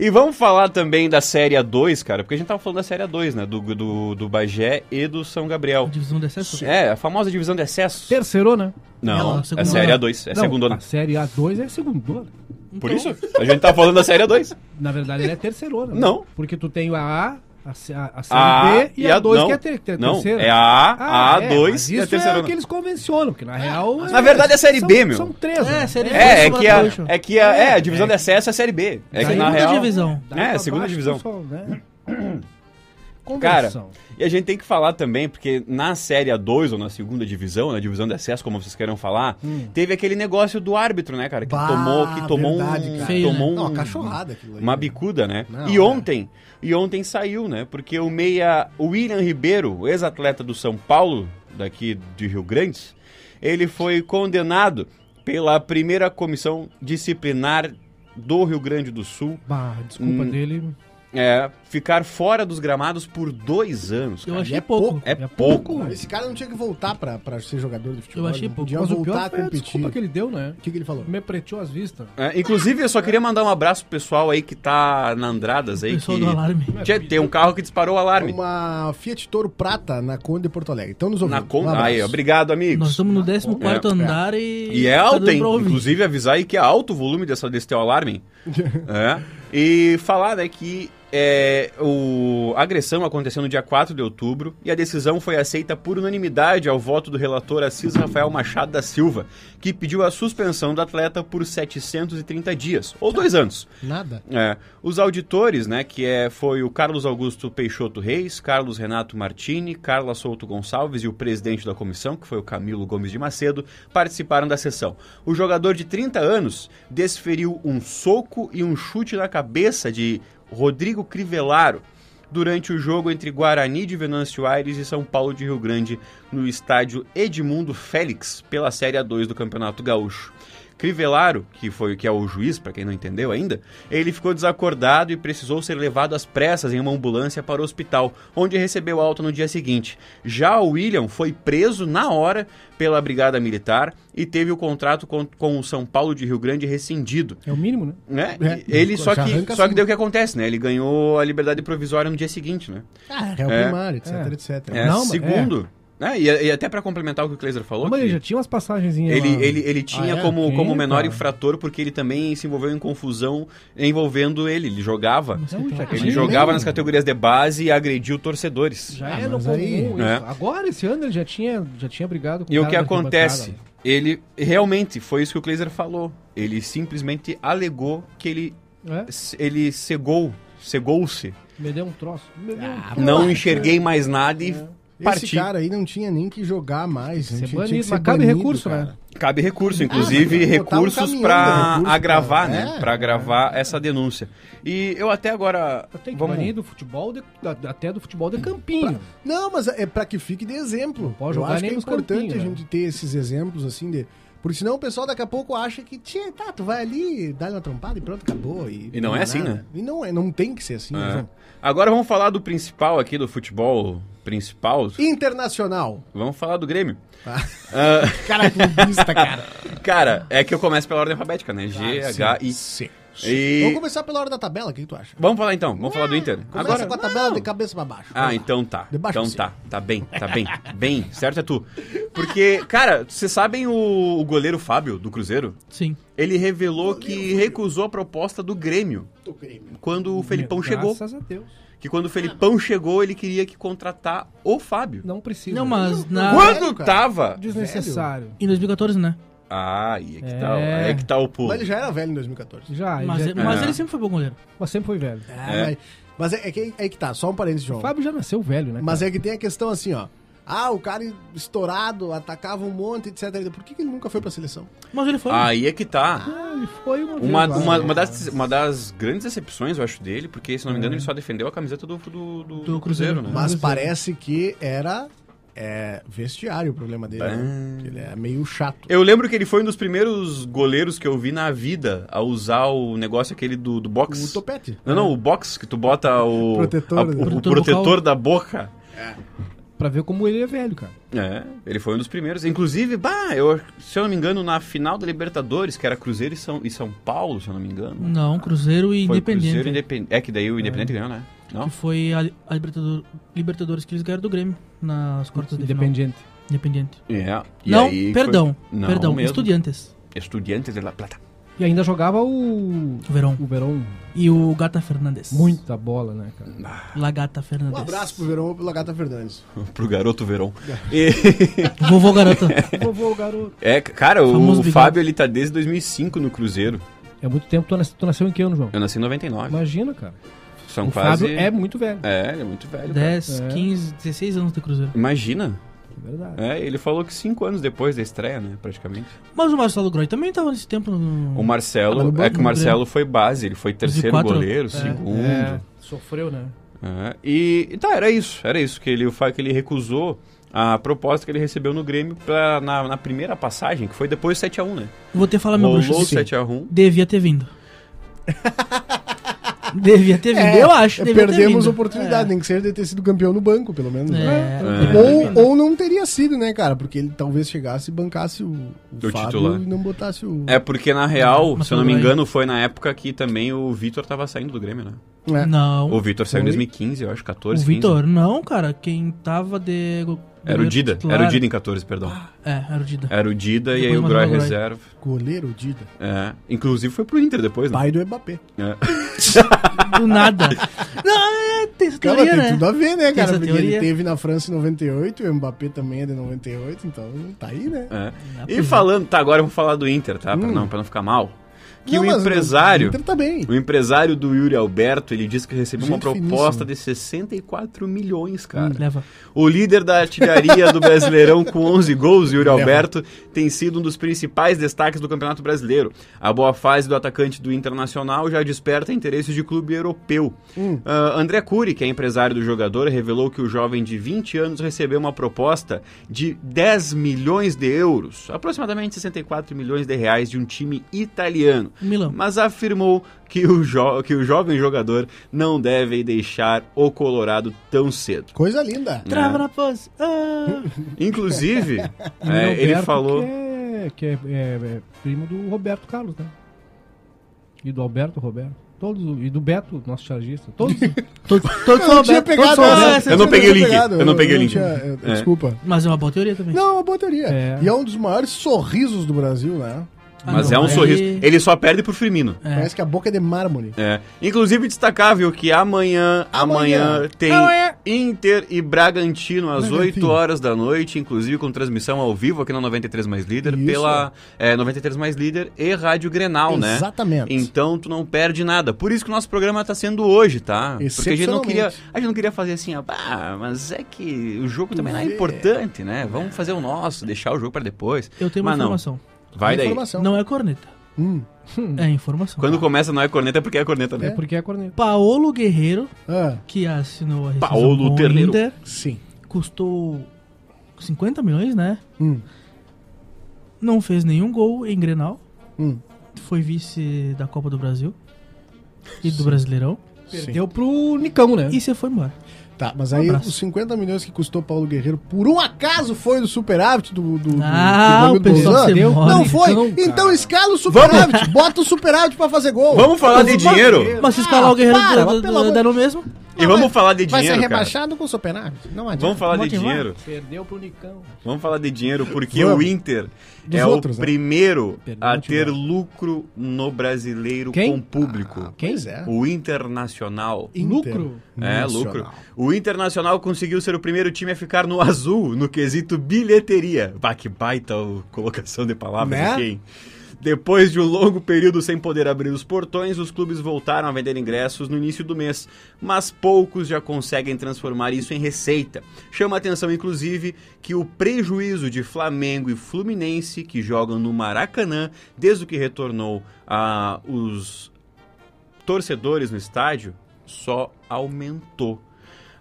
Speaker 2: E vamos falar também da Série A2, cara, porque a gente tava falando da Série A2, né? Do, do, do Bagé e do São Gabriel.
Speaker 3: Divisão de acesso.
Speaker 2: É, a famosa divisão de acesso.
Speaker 4: Terceirou, né?
Speaker 2: Não,
Speaker 3: Não,
Speaker 2: é
Speaker 3: segundona.
Speaker 2: Série A2, é
Speaker 4: Não,
Speaker 2: segundona.
Speaker 4: A Série A2 é segundona.
Speaker 2: Por isso, a gente tá falando da Série A2.
Speaker 4: Na verdade, ele é terceirona. né?
Speaker 2: Não.
Speaker 4: Porque tu tem a A, a, C- a, a Série
Speaker 2: A
Speaker 4: B e a 2,
Speaker 2: não,
Speaker 4: que é a ter, ter,
Speaker 2: Não,
Speaker 4: terceira.
Speaker 2: é a A,
Speaker 4: Ah,
Speaker 2: a
Speaker 4: é, mas
Speaker 2: A2 e
Speaker 4: isso
Speaker 2: a terceira.
Speaker 4: é o que eles convencionam, porque na real...
Speaker 2: Na verdade, é Série
Speaker 4: são-
Speaker 2: B, meu.
Speaker 4: São três, né?
Speaker 3: É, série
Speaker 2: É, é
Speaker 3: B,
Speaker 2: que a,
Speaker 3: São Gabriel.
Speaker 2: é que a, é, a divisão de acesso é a Série B. É que na
Speaker 3: Segunda
Speaker 2: real.
Speaker 3: divisão.
Speaker 4: Daí
Speaker 2: É,
Speaker 4: pra
Speaker 2: segunda
Speaker 4: baixo,
Speaker 2: divisão.
Speaker 4: pessoal, né?
Speaker 2: Cara,
Speaker 4: Convenção.
Speaker 2: e a gente tem que falar também, porque na Série A2 ou na segunda divisão, na divisão de acesso, como vocês queiram falar, teve aquele negócio do árbitro, né, cara? Que
Speaker 1: Hum. Bah,
Speaker 2: tomou, que tomou
Speaker 1: verdade,
Speaker 2: um.
Speaker 1: cara.
Speaker 3: Feio,
Speaker 2: tomou
Speaker 3: né?
Speaker 2: um-
Speaker 1: Não, uma cachorrada aquilo aí.
Speaker 2: Uma bicuda, né?
Speaker 1: Não,
Speaker 2: e
Speaker 1: é.
Speaker 2: ontem, e ontem saiu, né? Porque o meia William Ribeiro, o ex-atleta do São Paulo, daqui de Rio Grande, ele foi condenado pela primeira comissão disciplinar do Rio Grande do Sul
Speaker 4: Bah, desculpa
Speaker 2: Hum,
Speaker 4: dele.
Speaker 2: é, ficar fora dos gramados por dois anos.
Speaker 3: Eu
Speaker 2: cara.
Speaker 3: achei
Speaker 1: é
Speaker 3: pouco.
Speaker 2: É,
Speaker 4: é
Speaker 2: pouco.
Speaker 1: Não, Esse cara não tinha que voltar pra, pra ser jogador de futebol.
Speaker 3: Eu achei
Speaker 1: ele não
Speaker 3: pouco.
Speaker 1: Podia
Speaker 4: Mas o
Speaker 1: voltar
Speaker 4: pior
Speaker 1: a
Speaker 4: foi a
Speaker 1: competir.
Speaker 4: desculpa que ele deu, né?
Speaker 1: O que, que ele falou?
Speaker 4: Me preteou as vistas.
Speaker 2: É, inclusive, eu só queria mandar um abraço pro pessoal aí que tá na Andradas aí.
Speaker 3: Pessoal
Speaker 2: que...
Speaker 3: do alarme.
Speaker 2: Tchê, tem um carro que disparou o alarme.
Speaker 1: Uma Fiat Toro Prata na Conde de Porto Alegre. Então nos
Speaker 2: Na
Speaker 1: ouvimos.
Speaker 2: con...
Speaker 1: Um abraço.
Speaker 2: aí, obrigado, amigos.
Speaker 3: Nós estamos no 14
Speaker 2: É.
Speaker 3: andar e.
Speaker 2: E é
Speaker 3: tá
Speaker 2: alto,
Speaker 3: dando
Speaker 2: hein?
Speaker 3: pra ouvir.
Speaker 2: Inclusive, avisar aí que é alto o volume dessa, desse teu alarme. é. E falar, né, que é, o... a agressão aconteceu no dia 4 de outubro e a decisão foi aceita por unanimidade ao voto do relator Assis Rafael Machado da Silva, que pediu a suspensão do atleta por 730 dias, ou dois anos.
Speaker 1: Nada.
Speaker 2: É. Os auditores, né, que é, foi o Carlos Augusto Peixoto Reis, Carlos Renato Martini, Carla Souto Gonçalves e o presidente da comissão, que foi o Camilo Gomes de Macedo, participaram da sessão. O jogador de 30 anos desferiu um soco e um chute na cabeça de Rodrigo Crivellaro durante o jogo entre Guarani de Venâncio Aires e São Paulo de Rio Grande no estádio Edmundo Félix pela Série A2 do Campeonato Gaúcho. Crivellaro, que foi que é o juiz, para quem não entendeu ainda, ele ficou desacordado e precisou ser levado às pressas em uma ambulância para o hospital, onde recebeu alta no dia seguinte. Já o William foi preso na hora pela Brigada Militar e teve o contrato com, com o São Paulo de Rio Grande rescindido
Speaker 4: É o mínimo, né?
Speaker 2: né?
Speaker 1: É,
Speaker 2: E- ele só
Speaker 1: já
Speaker 2: que
Speaker 1: arranca
Speaker 2: só
Speaker 1: assim.
Speaker 2: que deu o que acontece, né? Ele ganhou a liberdade provisória no dia seguinte, né?
Speaker 1: Ah, é o
Speaker 2: É.
Speaker 1: primário, etc,
Speaker 4: É.
Speaker 1: etc.
Speaker 2: É,
Speaker 4: Não, mas-
Speaker 2: segundo, né? E, e até pra complementar o que o Kleiser falou,
Speaker 4: Mas
Speaker 2: que
Speaker 4: ele já tinha umas passagens em
Speaker 2: ele, ele, ele tinha
Speaker 1: Ah, é?
Speaker 2: como,
Speaker 4: Quem,
Speaker 2: como menor
Speaker 4: cara?
Speaker 2: infrator porque ele também se envolveu em confusão envolvendo ele. Ele jogava.
Speaker 4: Não, já
Speaker 2: Ele
Speaker 4: tinha,
Speaker 2: jogava
Speaker 4: né?
Speaker 2: nas categorias de base e agrediu torcedores.
Speaker 4: Já
Speaker 1: Ah,
Speaker 4: é no
Speaker 1: mas
Speaker 4: comum
Speaker 1: aí-
Speaker 4: isso.
Speaker 2: É.
Speaker 4: Agora, esse ano, ele já tinha, já tinha brigado com
Speaker 2: E o
Speaker 4: cara
Speaker 2: que
Speaker 4: da
Speaker 2: acontece?
Speaker 4: arquibancada. né?
Speaker 2: Ele realmente foi isso que o Kleiser falou. Ele simplesmente alegou que ele, ele cegou, cegou-se.
Speaker 4: né? É, me deu um troço. Me deu
Speaker 1: Ah,
Speaker 4: um troço.
Speaker 2: Não enxerguei mais nada e
Speaker 4: É.
Speaker 1: Esse
Speaker 2: parti.
Speaker 1: cara aí não tinha nem que jogar mais. né?
Speaker 4: Ser
Speaker 1: Tinha, tinha
Speaker 4: banido,
Speaker 1: que ser
Speaker 4: mas cabe
Speaker 1: banido,
Speaker 4: recurso,
Speaker 1: cara.
Speaker 4: né?
Speaker 2: Cabe recurso, inclusive
Speaker 1: Ah, botar um
Speaker 2: recursos
Speaker 1: caminhão de
Speaker 2: pra
Speaker 1: recurso,
Speaker 2: agravar,
Speaker 1: cara.
Speaker 2: né?
Speaker 1: É.
Speaker 2: Pra agravar essa denúncia. E eu até agora.
Speaker 4: Eu tenho que
Speaker 2: vamos-
Speaker 4: banir do futebol, de- da- até do futebol de campinho.
Speaker 1: Não, mas é pra que fique de exemplo.
Speaker 4: pode
Speaker 1: Eu
Speaker 4: jogar
Speaker 1: acho
Speaker 4: nem
Speaker 1: que é
Speaker 4: nos
Speaker 1: importante a
Speaker 4: campinhos, né?
Speaker 1: gente ter esses exemplos assim de. Porque senão o pessoal daqui a pouco acha que, tchê, tá, tu vai ali, dá uma trompada e pronto, acabou. E,
Speaker 2: E não é assim,
Speaker 1: nada.
Speaker 2: né?
Speaker 1: E não, é, não tem que ser assim.
Speaker 2: É.
Speaker 1: né, João?
Speaker 2: Agora vamos falar do principal aqui, do futebol principal.
Speaker 1: Internacional.
Speaker 2: Vamos falar do Grêmio.
Speaker 1: Ah.
Speaker 2: Ah.
Speaker 1: Cara, clubista, cara. Ah,
Speaker 2: Cara, é que eu começo pela ordem alfabética, né? G, H, I.
Speaker 1: C. Vamos
Speaker 2: E.
Speaker 1: começar pela hora da tabela, o que que tu acha?
Speaker 2: Vamos falar então, vamos falar do Inter.
Speaker 1: Ah, Começa
Speaker 2: Agora.
Speaker 1: com a tabela de cabeça pra baixo.
Speaker 2: Ah,
Speaker 1: Vai lá.
Speaker 2: então tá.
Speaker 1: Debaixo
Speaker 2: então
Speaker 1: do
Speaker 2: tá. Tá bem, tá bem. Bem, certo é tu. Porque, cara, vocês sabem o- o goleiro Fábio do Cruzeiro?
Speaker 3: Sim.
Speaker 2: Ele revelou que recusou a proposta do Grêmio
Speaker 1: Do Grêmio.
Speaker 2: quando o Felipão chegou.
Speaker 4: Graças a Deus.
Speaker 2: Que quando o Felipão chegou, ele queria que contratar o Fábio.
Speaker 4: Não precisa. É
Speaker 3: Não, mas
Speaker 1: Ah,
Speaker 3: na.
Speaker 2: Quando
Speaker 1: cara.
Speaker 2: tava.
Speaker 4: Desnecessário.
Speaker 3: Em 2014, né?
Speaker 2: Ah, aí é que tá,
Speaker 4: É.
Speaker 2: aí é que tá o pulo.
Speaker 1: Mas ele já era velho em 2014.
Speaker 4: Já,
Speaker 3: Mas,
Speaker 4: já-
Speaker 3: mas
Speaker 2: É.
Speaker 3: ele sempre foi bom goleiro.
Speaker 4: mas sempre foi velho.
Speaker 1: Ah, mas- Mas é, é que é aí que tá, só um parênteses, João.
Speaker 4: Fábio já nasceu velho, né?
Speaker 1: Mas é que tem a questão assim, ó. Ah, o cara estourado, atacava um monte, etc. Por que, que ele nunca foi um pra seleção?
Speaker 3: Mas ele foi.
Speaker 2: Aí é que tá.
Speaker 4: Ah, Ele foi uma,
Speaker 2: Uma,
Speaker 4: vez lá,
Speaker 2: uma,
Speaker 4: né?
Speaker 2: uma das, uma das grandes decepções, eu acho, dele, porque, se não me engano, ele só defendeu a camiseta do, do, do, do Cruzeiro, né?
Speaker 1: É. Mas parece que era é, vestiário o problema dele. né?
Speaker 2: Ah.
Speaker 1: Porque Ele é meio chato.
Speaker 2: Eu lembro que ele foi um dos primeiros goleiros que eu vi na vida a usar o negócio aquele do, do box.
Speaker 1: O topete.
Speaker 2: Não, não, o box que tu bota o
Speaker 1: Protetor,
Speaker 2: a-
Speaker 1: né?
Speaker 2: o, o
Speaker 3: Protetor
Speaker 2: protetor,
Speaker 3: bucal.
Speaker 2: da boca.
Speaker 4: Pra ver como ele é velho, cara.
Speaker 2: É, ele foi um dos primeiros. Inclusive, bah, eu, se eu não me engano, na final da Libertadores, que era Cruzeiro e São, e São Paulo, se eu não me engano.
Speaker 3: Não, Cruzeiro e
Speaker 2: Foi
Speaker 3: Independente.
Speaker 2: Cruzeiro e Independente. É que daí o Independente ganhou, né? Não?
Speaker 3: Que foi a, a Libertador- Libertadores que eles ganharam do Grêmio nas quartas de final.
Speaker 4: Independente.
Speaker 3: Independente.
Speaker 2: É. E
Speaker 3: não,
Speaker 2: aí foi-
Speaker 3: perdão.
Speaker 2: Não
Speaker 3: perdão,
Speaker 2: mesmo.
Speaker 3: Estudiantes.
Speaker 2: Estudiantes de La Plata.
Speaker 4: E ainda jogava o.
Speaker 3: O Verão.
Speaker 4: O Verão.
Speaker 3: E o Gata Fernandes.
Speaker 4: Muita bola, né, cara?
Speaker 3: Lagata Fernandes.
Speaker 1: Um abraço pro Verão e pro Lagata Fernandes.
Speaker 2: Pro garoto verão. E-
Speaker 3: Vovô Garota.
Speaker 4: Vovô, garoto.
Speaker 2: é, cara,
Speaker 3: Famoso
Speaker 2: o
Speaker 3: bigode.
Speaker 2: Fábio ele tá desde 2005 no Cruzeiro.
Speaker 4: É muito tempo. Tu, nas- tu nasceu em que ano, João?
Speaker 2: Eu nasci em 99.
Speaker 4: Imagina, cara.
Speaker 2: São
Speaker 4: o
Speaker 2: Então quase.
Speaker 4: Fábio é muito velho.
Speaker 2: É, ele é muito velho. cara.
Speaker 3: 10, 15, 16 anos de Cruzeiro.
Speaker 2: Imagina.
Speaker 4: É verdade.
Speaker 2: É, ele falou que cinco anos depois da estreia, né? Praticamente.
Speaker 3: Mas o Marcelo Groy também tava nesse tempo no.
Speaker 2: O Marcelo. é que o Marcelo foi base, ele foi terceiro
Speaker 3: quatro-
Speaker 2: goleiro,
Speaker 3: é.
Speaker 2: segundo.
Speaker 4: sofreu, né?
Speaker 2: É, e e tá, era isso. Era isso que ele, o fato que ele recusou a proposta que ele recebeu no Grêmio pra, na, na primeira passagem, que foi depois do 7x1, né?
Speaker 3: Vou ter falar Ah, meu
Speaker 2: Rolou
Speaker 3: bruxo.
Speaker 2: o 7x1.
Speaker 3: Devia ter vindo. Devia ter vindo, eu acho. devia ter
Speaker 1: É, perdemos
Speaker 3: vindo.
Speaker 1: oportunidade, nem que seja de ter sido campeão no banco, pelo menos.
Speaker 3: É.
Speaker 1: né?
Speaker 3: É.
Speaker 2: É.
Speaker 3: devia ter vindo.
Speaker 1: Ou, ou não teria sido, né, cara? Porque ele talvez chegasse e bancasse o, o
Speaker 2: Do
Speaker 1: Fábio
Speaker 2: titular.
Speaker 1: e não botasse o.
Speaker 2: É porque, na real,
Speaker 3: Mas
Speaker 2: se eu não me
Speaker 3: tudo bem.
Speaker 2: engano, foi na época que também o Vitor tava saindo do Grêmio, né?
Speaker 1: É.
Speaker 3: Não.
Speaker 2: O Vitor saiu em
Speaker 1: Foi.
Speaker 2: 2015, eu acho,
Speaker 3: Então, O
Speaker 2: 14, 15.
Speaker 3: Vitor, não, cara. Quem tava de. go-
Speaker 2: Era o Dida.
Speaker 3: titular-
Speaker 2: Era o Dida em 14, perdão.
Speaker 3: É, era o Dida.
Speaker 2: Era o Dida e
Speaker 3: Depois
Speaker 2: aí o
Speaker 3: mandou
Speaker 2: Groy
Speaker 3: o Groy.
Speaker 2: reserva.
Speaker 1: Goleiro Dida.
Speaker 2: É. Inclusive foi pro Inter depois, né?
Speaker 1: Pai do Mbappé.
Speaker 3: Do nada. não, é, tem essa
Speaker 1: Cara,
Speaker 3: teoria,
Speaker 1: tem
Speaker 3: né?
Speaker 1: tudo a ver, né, cara?
Speaker 3: essa
Speaker 1: Porque
Speaker 3: teoria.
Speaker 1: ele teve na França em 98, o Mbappé também é de 98, então tá aí, né?
Speaker 2: É.
Speaker 3: pois
Speaker 2: E
Speaker 3: é. Hum.
Speaker 2: falando, tá, agora eu vou falar do Inter, tá? Pra, não, pra não ficar mal. Que
Speaker 1: Não,
Speaker 2: o
Speaker 1: mas O
Speaker 2: empresário.
Speaker 1: Inter tá bem.
Speaker 2: O empresário do Yuri Alberto, ele disse que recebeu uma
Speaker 1: Gente
Speaker 2: proposta
Speaker 1: finíssima.
Speaker 2: de 64 milhões, cara.
Speaker 3: Hum,
Speaker 1: né?
Speaker 3: Leva.
Speaker 2: O líder da artilharia do Brasileirão com 11 gols, Yuri Alberto, tem sido um dos principais destaques do Campeonato Brasileiro. A boa fase do atacante do Internacional já desperta interesses de clube europeu.
Speaker 1: Hum.
Speaker 2: Ah, André Cury, que é empresário do jogador, revelou que o jovem de 20 anos recebeu uma proposta de 10 milhões de euros, aproximadamente 64 milhões de reais, de um time italiano
Speaker 3: Milão.
Speaker 2: mas afirmou que o, jo- que o jovem jogador não deve deixar o Colorado tão cedo.
Speaker 1: Coisa linda.
Speaker 3: Trava
Speaker 2: né?
Speaker 3: na pose.
Speaker 1: Hum.
Speaker 3: Ah.
Speaker 2: Inclusive,
Speaker 4: E o
Speaker 2: é, ele
Speaker 4: Roberto
Speaker 2: falou.
Speaker 4: Que, é, que é, é- é primo do Roberto Carlos, né? E do Alberto Roberto. Todos, e do Beto, nosso chargista. Todos.
Speaker 3: Tô- tô-
Speaker 1: Eu não
Speaker 3: tô-
Speaker 1: tinha
Speaker 3: tô-
Speaker 1: pegado
Speaker 3: tô-
Speaker 1: essa.
Speaker 2: Eu não peguei o
Speaker 1: tinha
Speaker 2: link, eu não peguei o link.
Speaker 1: tinha- eu-
Speaker 2: É.
Speaker 1: Desculpa.
Speaker 3: Mas é uma boa teoria também.
Speaker 1: Não, é uma boa teoria.
Speaker 4: É.
Speaker 1: E é um dos maiores sorrisos do Brasil, né?
Speaker 3: Ah,
Speaker 2: Mas
Speaker 3: não,
Speaker 2: é um
Speaker 3: aí-
Speaker 2: sorriso. Ele só perde pro Firmino.
Speaker 3: É.
Speaker 1: Parece que a boca é de mármore.
Speaker 2: É. Inclusive, destacável que amanhã, amanhã,
Speaker 1: Amanhã.
Speaker 2: tem Inter e Bragantino às
Speaker 1: Bragantino.
Speaker 2: 8 horas da noite, inclusive com transmissão ao vivo aqui na 93 Mais Líder,
Speaker 1: Isso.
Speaker 2: pela é, 93 Mais Líder e Rádio Grenal, né?
Speaker 1: Exatamente.
Speaker 2: Então tu não perde nada. Por isso que o nosso programa tá sendo hoje, tá? Porque a gente não
Speaker 1: Excepcionalmente.
Speaker 2: queria, a gente não queria fazer assim, ó, "Bah, mas é que o jogo também não é
Speaker 1: vê."
Speaker 2: importante, né? Vamos fazer o nosso, deixar o jogo pra depois.
Speaker 3: Eu tenho uma
Speaker 2: mas não,
Speaker 3: informação.
Speaker 2: vai daí.
Speaker 1: Informação.
Speaker 3: Não é corneta.
Speaker 1: Então- Hum.
Speaker 3: É informação.
Speaker 2: Quando começa não é corneta, é porque é corneta, né?
Speaker 4: É porque é corneta.
Speaker 3: Paolo Guerreiro,
Speaker 1: Ah,
Speaker 3: que assinou a rescisão
Speaker 2: Paolo
Speaker 3: com o
Speaker 2: Terneiro.
Speaker 3: Inter,
Speaker 1: sim.
Speaker 3: custou 50 milhões, né?
Speaker 1: Hum.
Speaker 3: Não fez nenhum gol em Grenal.
Speaker 1: Hum.
Speaker 3: Foi vice da Copa do Brasil e do Brasileirão.
Speaker 4: Deu pro Nicão, né?
Speaker 3: E você foi embora.
Speaker 1: Tá, mas aí
Speaker 3: um abraço.
Speaker 1: os 50 milhões que custou Paulo Guerreiro, por um acaso foi do superávit do, do, do,
Speaker 3: Ah,
Speaker 1: do
Speaker 3: o pessoal
Speaker 1: Bozan?
Speaker 3: se
Speaker 1: Não
Speaker 3: move,
Speaker 1: foi?
Speaker 4: então,
Speaker 1: Então,
Speaker 4: cara.
Speaker 1: escala o superávit, bota o superávit pra fazer gol.
Speaker 2: Vamos falar de
Speaker 3: Mas-
Speaker 2: dinheiro?
Speaker 3: Mas se escalar o Guerreiro
Speaker 1: para, mas
Speaker 3: do,
Speaker 1: pelo amor-
Speaker 3: do, dá no mesmo?
Speaker 2: E vamos falar de
Speaker 1: Vai ser
Speaker 2: dinheiro, cara.
Speaker 1: rebaixado com o superávit? Não adianta.
Speaker 2: Vamos falar de
Speaker 3: Pode ir lá.
Speaker 2: dinheiro.
Speaker 4: Perdeu pro Nicão.
Speaker 2: Vamos falar de dinheiro porque
Speaker 1: Vamos.
Speaker 2: o Inter
Speaker 1: Dos
Speaker 2: é
Speaker 1: outros,
Speaker 2: o
Speaker 1: né?
Speaker 2: primeiro
Speaker 4: Perdão,
Speaker 2: a
Speaker 4: te
Speaker 2: ter
Speaker 4: dou.
Speaker 2: lucro no brasileiro
Speaker 4: Quem?
Speaker 2: com público.
Speaker 1: Quem? Pois é.
Speaker 2: O Internacional.
Speaker 4: Lucro.
Speaker 2: É,
Speaker 1: Nacional.
Speaker 2: lucro. O Internacional conseguiu ser o primeiro time a ficar no azul no quesito bilheteria. Bah, que baita o- colocação de palavras
Speaker 1: Né?
Speaker 2: aqui, hein? Depois de um longo período sem poder abrir os portões, os clubes voltaram a vender ingressos no início do mês, mas poucos já conseguem transformar isso em receita. Chama a atenção, inclusive, que o prejuízo de Flamengo e Fluminense, que jogam no Maracanã, desde o que retornou a os torcedores no estádio, só aumentou.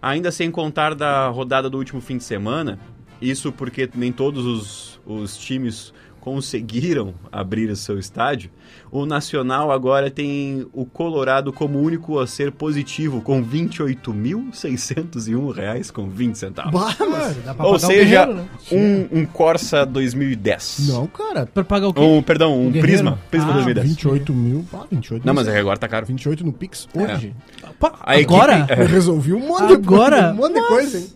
Speaker 2: Ainda sem contar da rodada do último fim de semana, isso porque nem todos os, os times conseguiram abrir o seu estádio. O Nacional agora tem o Colorado como único a ser positivo, com R$ 28.601,20.
Speaker 1: Bah, mas...
Speaker 4: Dá pra
Speaker 2: Ou
Speaker 4: pagar o
Speaker 2: seja,
Speaker 4: terreno, né?
Speaker 2: um, um Corsa 2010.
Speaker 1: Não, cara.
Speaker 3: Pra pagar o quê?
Speaker 2: Um, perdão, um
Speaker 4: Guerreiro.
Speaker 2: Prisma. Prisma
Speaker 3: Ah,
Speaker 2: 2010.
Speaker 1: 28 mil. Pá,
Speaker 4: um
Speaker 1: 28
Speaker 2: Não,
Speaker 1: mil.
Speaker 2: mas é que agora tá caro.
Speaker 1: 28 no Pix hoje.
Speaker 3: Pa-
Speaker 2: a equipe-
Speaker 3: Agora?
Speaker 2: É.
Speaker 1: Eu resolvi um monte de coisa.
Speaker 3: Agora?
Speaker 1: Um monte de coisa, hein?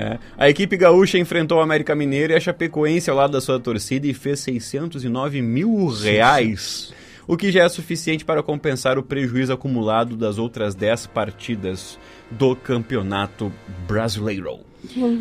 Speaker 2: É. A equipe gaúcha enfrentou o América Mineira e a Chapecoense ao lado da sua torcida e fez 609 mil reais, o que já é suficiente para compensar o prejuízo acumulado das outras 10 partidas do Campeonato Brasileiro.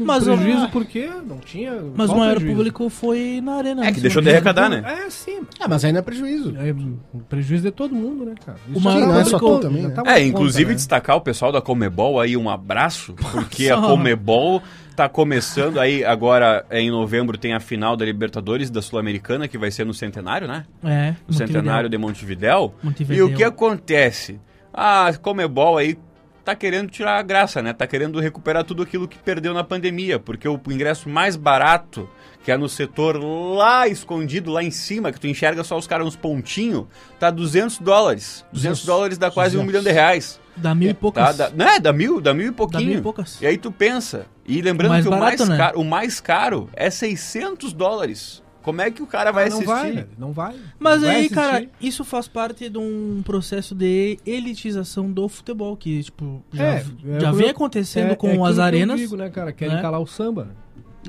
Speaker 3: Mas, o-
Speaker 4: prejuízo porque não tinha.
Speaker 3: mas o
Speaker 4: qual
Speaker 3: maior
Speaker 4: prejuízo?
Speaker 3: público foi na arena.
Speaker 2: É que
Speaker 3: Isso
Speaker 2: deixou de
Speaker 3: não-
Speaker 2: arrecadar, né?
Speaker 4: É, sim.
Speaker 1: Ah, mas ainda é prejuízo.
Speaker 4: É, o prejuízo é todo mundo, né, cara?
Speaker 3: O maior
Speaker 4: já
Speaker 3: não é
Speaker 4: tá
Speaker 3: só
Speaker 4: uma
Speaker 1: tu também,
Speaker 4: já
Speaker 1: né?
Speaker 4: tá uma
Speaker 2: É,
Speaker 4: conta,
Speaker 2: inclusive
Speaker 4: né?
Speaker 2: destacar o pessoal da Comebol aí, um abraço, porque a
Speaker 3: Só.
Speaker 2: Comebol tá começando aí, agora é, em novembro tem a final da Libertadores e da Sul-Americana, que vai ser no Centenário, né?
Speaker 3: É.
Speaker 2: O centenário de Montevidéu.
Speaker 3: Montevidéu.
Speaker 2: E o que é- acontece? Ah, A Comebol aí tá querendo tirar a graça, né? Tá querendo recuperar tudo aquilo que perdeu na pandemia, porque o ingresso mais barato, que é no setor lá escondido, lá em cima, que tu enxerga só os caras uns pontinhos, tá 200 dólares. 200 dólares dá quase um
Speaker 1: 200.
Speaker 2: milhão de reais.
Speaker 3: Dá mil e
Speaker 2: Tá,
Speaker 3: poucas.
Speaker 2: dá, né? Dá mil, dá mil e pouquinho.
Speaker 3: mil e poucas.
Speaker 2: aí tu pensa, e lembrando
Speaker 3: O mais
Speaker 2: que o,
Speaker 3: barato,
Speaker 2: mais
Speaker 3: né?
Speaker 2: caro, o mais caro é 600 dólares. Como é que o cara vai
Speaker 4: não
Speaker 2: assistir?
Speaker 4: vai, velho, não vai.
Speaker 3: Mas
Speaker 4: Não vai
Speaker 3: aí,
Speaker 4: assistir.
Speaker 3: cara, isso faz parte de um processo de elitização do futebol, que, tipo, já,
Speaker 4: É, é
Speaker 3: já
Speaker 4: o
Speaker 3: vem
Speaker 4: meu-
Speaker 3: acontecendo
Speaker 4: É-
Speaker 3: com
Speaker 4: é aquilo
Speaker 3: as
Speaker 4: que eu
Speaker 3: arenas.
Speaker 4: digo, né, cara? Querem
Speaker 3: né?
Speaker 4: calar o samba.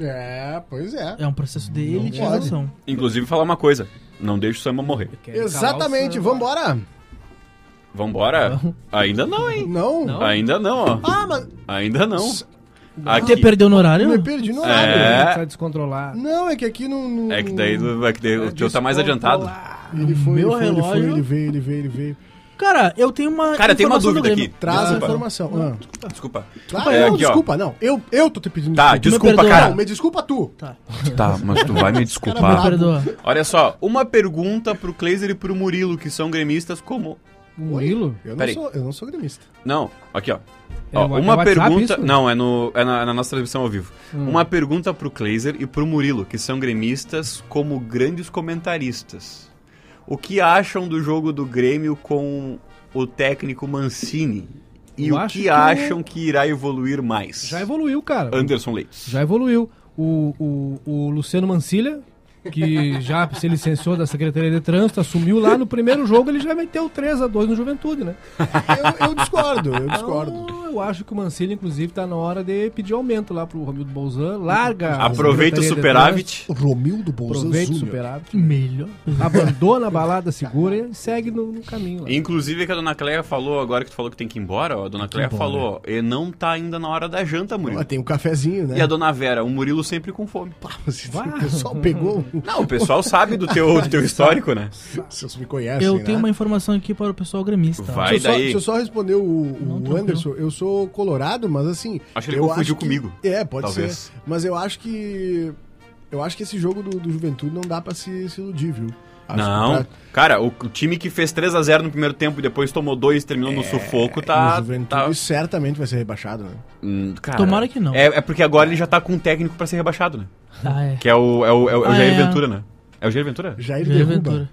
Speaker 1: É, pois é.
Speaker 3: É um processo de
Speaker 1: Não
Speaker 3: elitização.
Speaker 2: Inclusive, falar uma coisa: não deixa o samba morrer.
Speaker 4: Querem
Speaker 1: Exatamente,
Speaker 4: calar o samba.
Speaker 1: vambora.
Speaker 2: Vambora? Ainda não, hein?
Speaker 1: Não?
Speaker 4: Não?
Speaker 2: Ainda não, ó.
Speaker 1: Ah, mas
Speaker 2: Ainda não.
Speaker 3: Até
Speaker 2: Aqui.
Speaker 3: perdeu no horário?
Speaker 1: me perdi no horário.
Speaker 2: É.
Speaker 4: Começar a descontrolar.
Speaker 1: Não, é que aqui não. não-
Speaker 2: É que daí é que daí o tio tá mais adiantado.
Speaker 1: Ele foi,
Speaker 3: Meu
Speaker 1: ele, foi ele foi,
Speaker 3: relógio.
Speaker 1: ele veio, ele veio, ele veio.
Speaker 3: Cara, eu tenho uma.
Speaker 2: Cara, tem uma
Speaker 3: informação do
Speaker 2: dúvida
Speaker 3: Grêmio.
Speaker 2: aqui.
Speaker 1: Traz
Speaker 2: Desculpa.
Speaker 1: a informação. Ah.
Speaker 2: Desculpa.
Speaker 1: Claro,
Speaker 2: É,
Speaker 1: não,
Speaker 2: aqui, ó.
Speaker 1: desculpa, não. Eu, eu tô te pedindo
Speaker 2: Tá,
Speaker 1: desculpa.
Speaker 2: desculpa,
Speaker 3: perdoa.
Speaker 2: cara.
Speaker 1: Não, me desculpa tu.
Speaker 3: Tá,
Speaker 2: Tá, mas tu vai me
Speaker 1: Cara
Speaker 2: desculpar.
Speaker 1: bravo.
Speaker 3: perdoa.
Speaker 4: É
Speaker 2: Olha só, uma pergunta pro Kleiser e pro Murilo, que são gremistas como.
Speaker 4: O Murilo?
Speaker 1: Eu não,
Speaker 2: Peraí.
Speaker 1: sou, eu não sou gremista.
Speaker 2: Não, aqui, ó.
Speaker 4: É
Speaker 2: Ó,
Speaker 4: o- é
Speaker 2: uma
Speaker 4: o WhatsApp
Speaker 2: pergunta.
Speaker 4: isso? Hum.
Speaker 2: Não, é, no, é, na, é na nossa transmissão ao vivo. Uma pergunta pro Kleiser e pro Murilo, que são gremistas como grandes comentaristas. O que acham do jogo do Grêmio com o técnico Mancini? E
Speaker 4: Eu
Speaker 2: o
Speaker 4: acho
Speaker 2: que,
Speaker 4: que-
Speaker 2: acham que irá evoluir mais?
Speaker 4: Já evoluiu, cara.
Speaker 2: Anderson Leite.
Speaker 4: Já evoluiu. O, o, o Luciano Mancilha, que já se licenciou da Secretaria de Trânsito, assumiu lá no primeiro jogo, ele já meteu 3x2 no Juventude, né?
Speaker 1: Eu, eu discordo, eu discordo.
Speaker 4: Então, eu acho que o Mancilha, inclusive, tá na hora de pedir aumento lá pro Romildo Bolzan. Larga. a
Speaker 2: Aproveita o
Speaker 4: Secretaria de
Speaker 2: superávit.
Speaker 1: O Romildo
Speaker 4: Trânsito,
Speaker 1: Bolzan
Speaker 4: Aproveita o
Speaker 1: Júnior.
Speaker 4: superávit.
Speaker 3: Melhor.
Speaker 4: né? Abandona a balada segura e segue no, no caminho lá.
Speaker 2: Inclusive que a dona Cleia falou agora que tu falou que tem que ir embora, ó, a dona Cleia falou, ó, e não tá ainda na hora da janta,
Speaker 1: Ó,
Speaker 2: Murilo.
Speaker 1: Tem um cafezinho, né?
Speaker 2: E a dona Vera, o Murilo sempre com fome.
Speaker 1: Pá, você- o pessoal pegou. um-
Speaker 2: Não, o pessoal sabe do teu, do teu histórico, né?
Speaker 1: Vocês me conhecem,
Speaker 3: eu
Speaker 1: né?
Speaker 3: tenho uma informação aqui para o pessoal gremista.
Speaker 2: Vai.
Speaker 1: Deixa eu, só,
Speaker 2: daí.
Speaker 1: deixa eu só responder o, o
Speaker 3: Não, tranquilo.
Speaker 1: Anderson. Eu sou colorado, mas assim.
Speaker 2: Acho que ele
Speaker 1: eu
Speaker 2: confundiu
Speaker 1: que-
Speaker 2: comigo.
Speaker 1: É, pode
Speaker 2: Talvez.
Speaker 1: ser. Mas eu acho que. Eu acho que esse jogo do, do Juventude não dá pra se, se iludir, viu? Acho
Speaker 2: Não.
Speaker 1: que tá-
Speaker 2: Cara, o, o time que fez 3 a 0 no primeiro tempo e depois tomou 2 e terminou no sufoco,
Speaker 1: Pra,
Speaker 2: tá.
Speaker 1: o É, Juventude
Speaker 2: tá-
Speaker 1: certamente vai ser rebaixado, né?
Speaker 2: Hum, cara,
Speaker 3: Tomara que não.
Speaker 2: É, é porque agora ele já tá com um técnico pra ser rebaixado, né?
Speaker 3: Ah, é.
Speaker 2: Que é o, é o, é o, é o
Speaker 3: Ah,
Speaker 2: Jair
Speaker 3: é.
Speaker 2: Ventura, né? É o Jair Ventura?
Speaker 1: Jair
Speaker 3: Jair
Speaker 1: derruba.
Speaker 3: Ventura.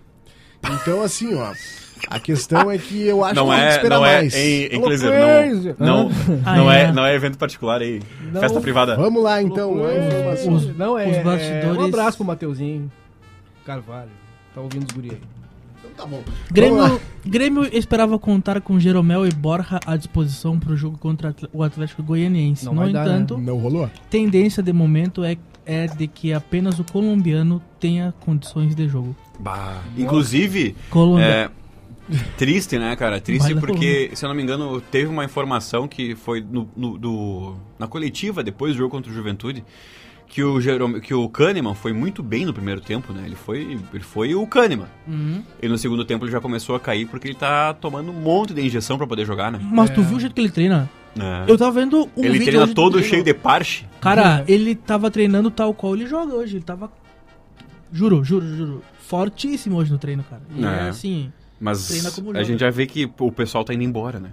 Speaker 1: Então, assim, ó. A questão é que eu acho
Speaker 2: Não
Speaker 1: que tem que
Speaker 2: é,
Speaker 1: esperar
Speaker 2: não é,
Speaker 1: mais.
Speaker 2: em, em
Speaker 4: Alô,
Speaker 2: Cleiser,
Speaker 4: Cleiser.
Speaker 2: não, não,
Speaker 3: Ah,
Speaker 2: não é,
Speaker 3: é.
Speaker 2: não é evento particular aí, festa privada.
Speaker 1: Vamos lá, então. a informação.
Speaker 4: Os, não, é,
Speaker 3: os
Speaker 4: é,
Speaker 3: bastidores-
Speaker 4: um abraço pro Mateuzinho Carvalho. Tá ouvindo os guri aí.
Speaker 1: Então tá bom. Vamos
Speaker 3: Grêmio,
Speaker 1: lá.
Speaker 3: Grêmio esperava contar com Jeromel e Borja à disposição para o jogo contra Atl- o Atlético Goianiense.
Speaker 4: Não
Speaker 3: no
Speaker 4: vai dar, né?
Speaker 3: entanto,
Speaker 1: Não rolou?
Speaker 3: tendência de momento é, é de que apenas o colombiano tenha condições de jogo.
Speaker 2: Bah. Inclusive,
Speaker 3: Colômbia.
Speaker 2: é, triste, né, cara? Triste
Speaker 3: Baila
Speaker 2: porque, se eu não me engano, teve uma informação que foi no, no- do- na coletiva depois do jogo contra o Juventude que o, Jerome, que o Kahneman foi muito bem no primeiro tempo, né? Ele foi, ele foi o Kahneman.
Speaker 3: Uhum.
Speaker 2: E no segundo tempo ele já começou a cair porque ele tá tomando um monte de injeção pra poder jogar, né?
Speaker 3: Mas tu viu o jeito que ele treina?
Speaker 2: É.
Speaker 3: Uhum. Eu tava vendo um
Speaker 2: ele
Speaker 3: vídeo
Speaker 2: treina
Speaker 3: hoje do
Speaker 2: todo
Speaker 3: treino.
Speaker 2: cheio de parche.
Speaker 3: Cara, ele tava treinando tal qual ele joga hoje. Ele tava. Juro, juro, juro. Fortíssimo hoje no treino, cara. E
Speaker 2: É.
Speaker 3: é assim. Treina
Speaker 2: Mas
Speaker 3: como
Speaker 2: a
Speaker 3: joga.
Speaker 2: gente já vê que o pessoal tá indo embora, né?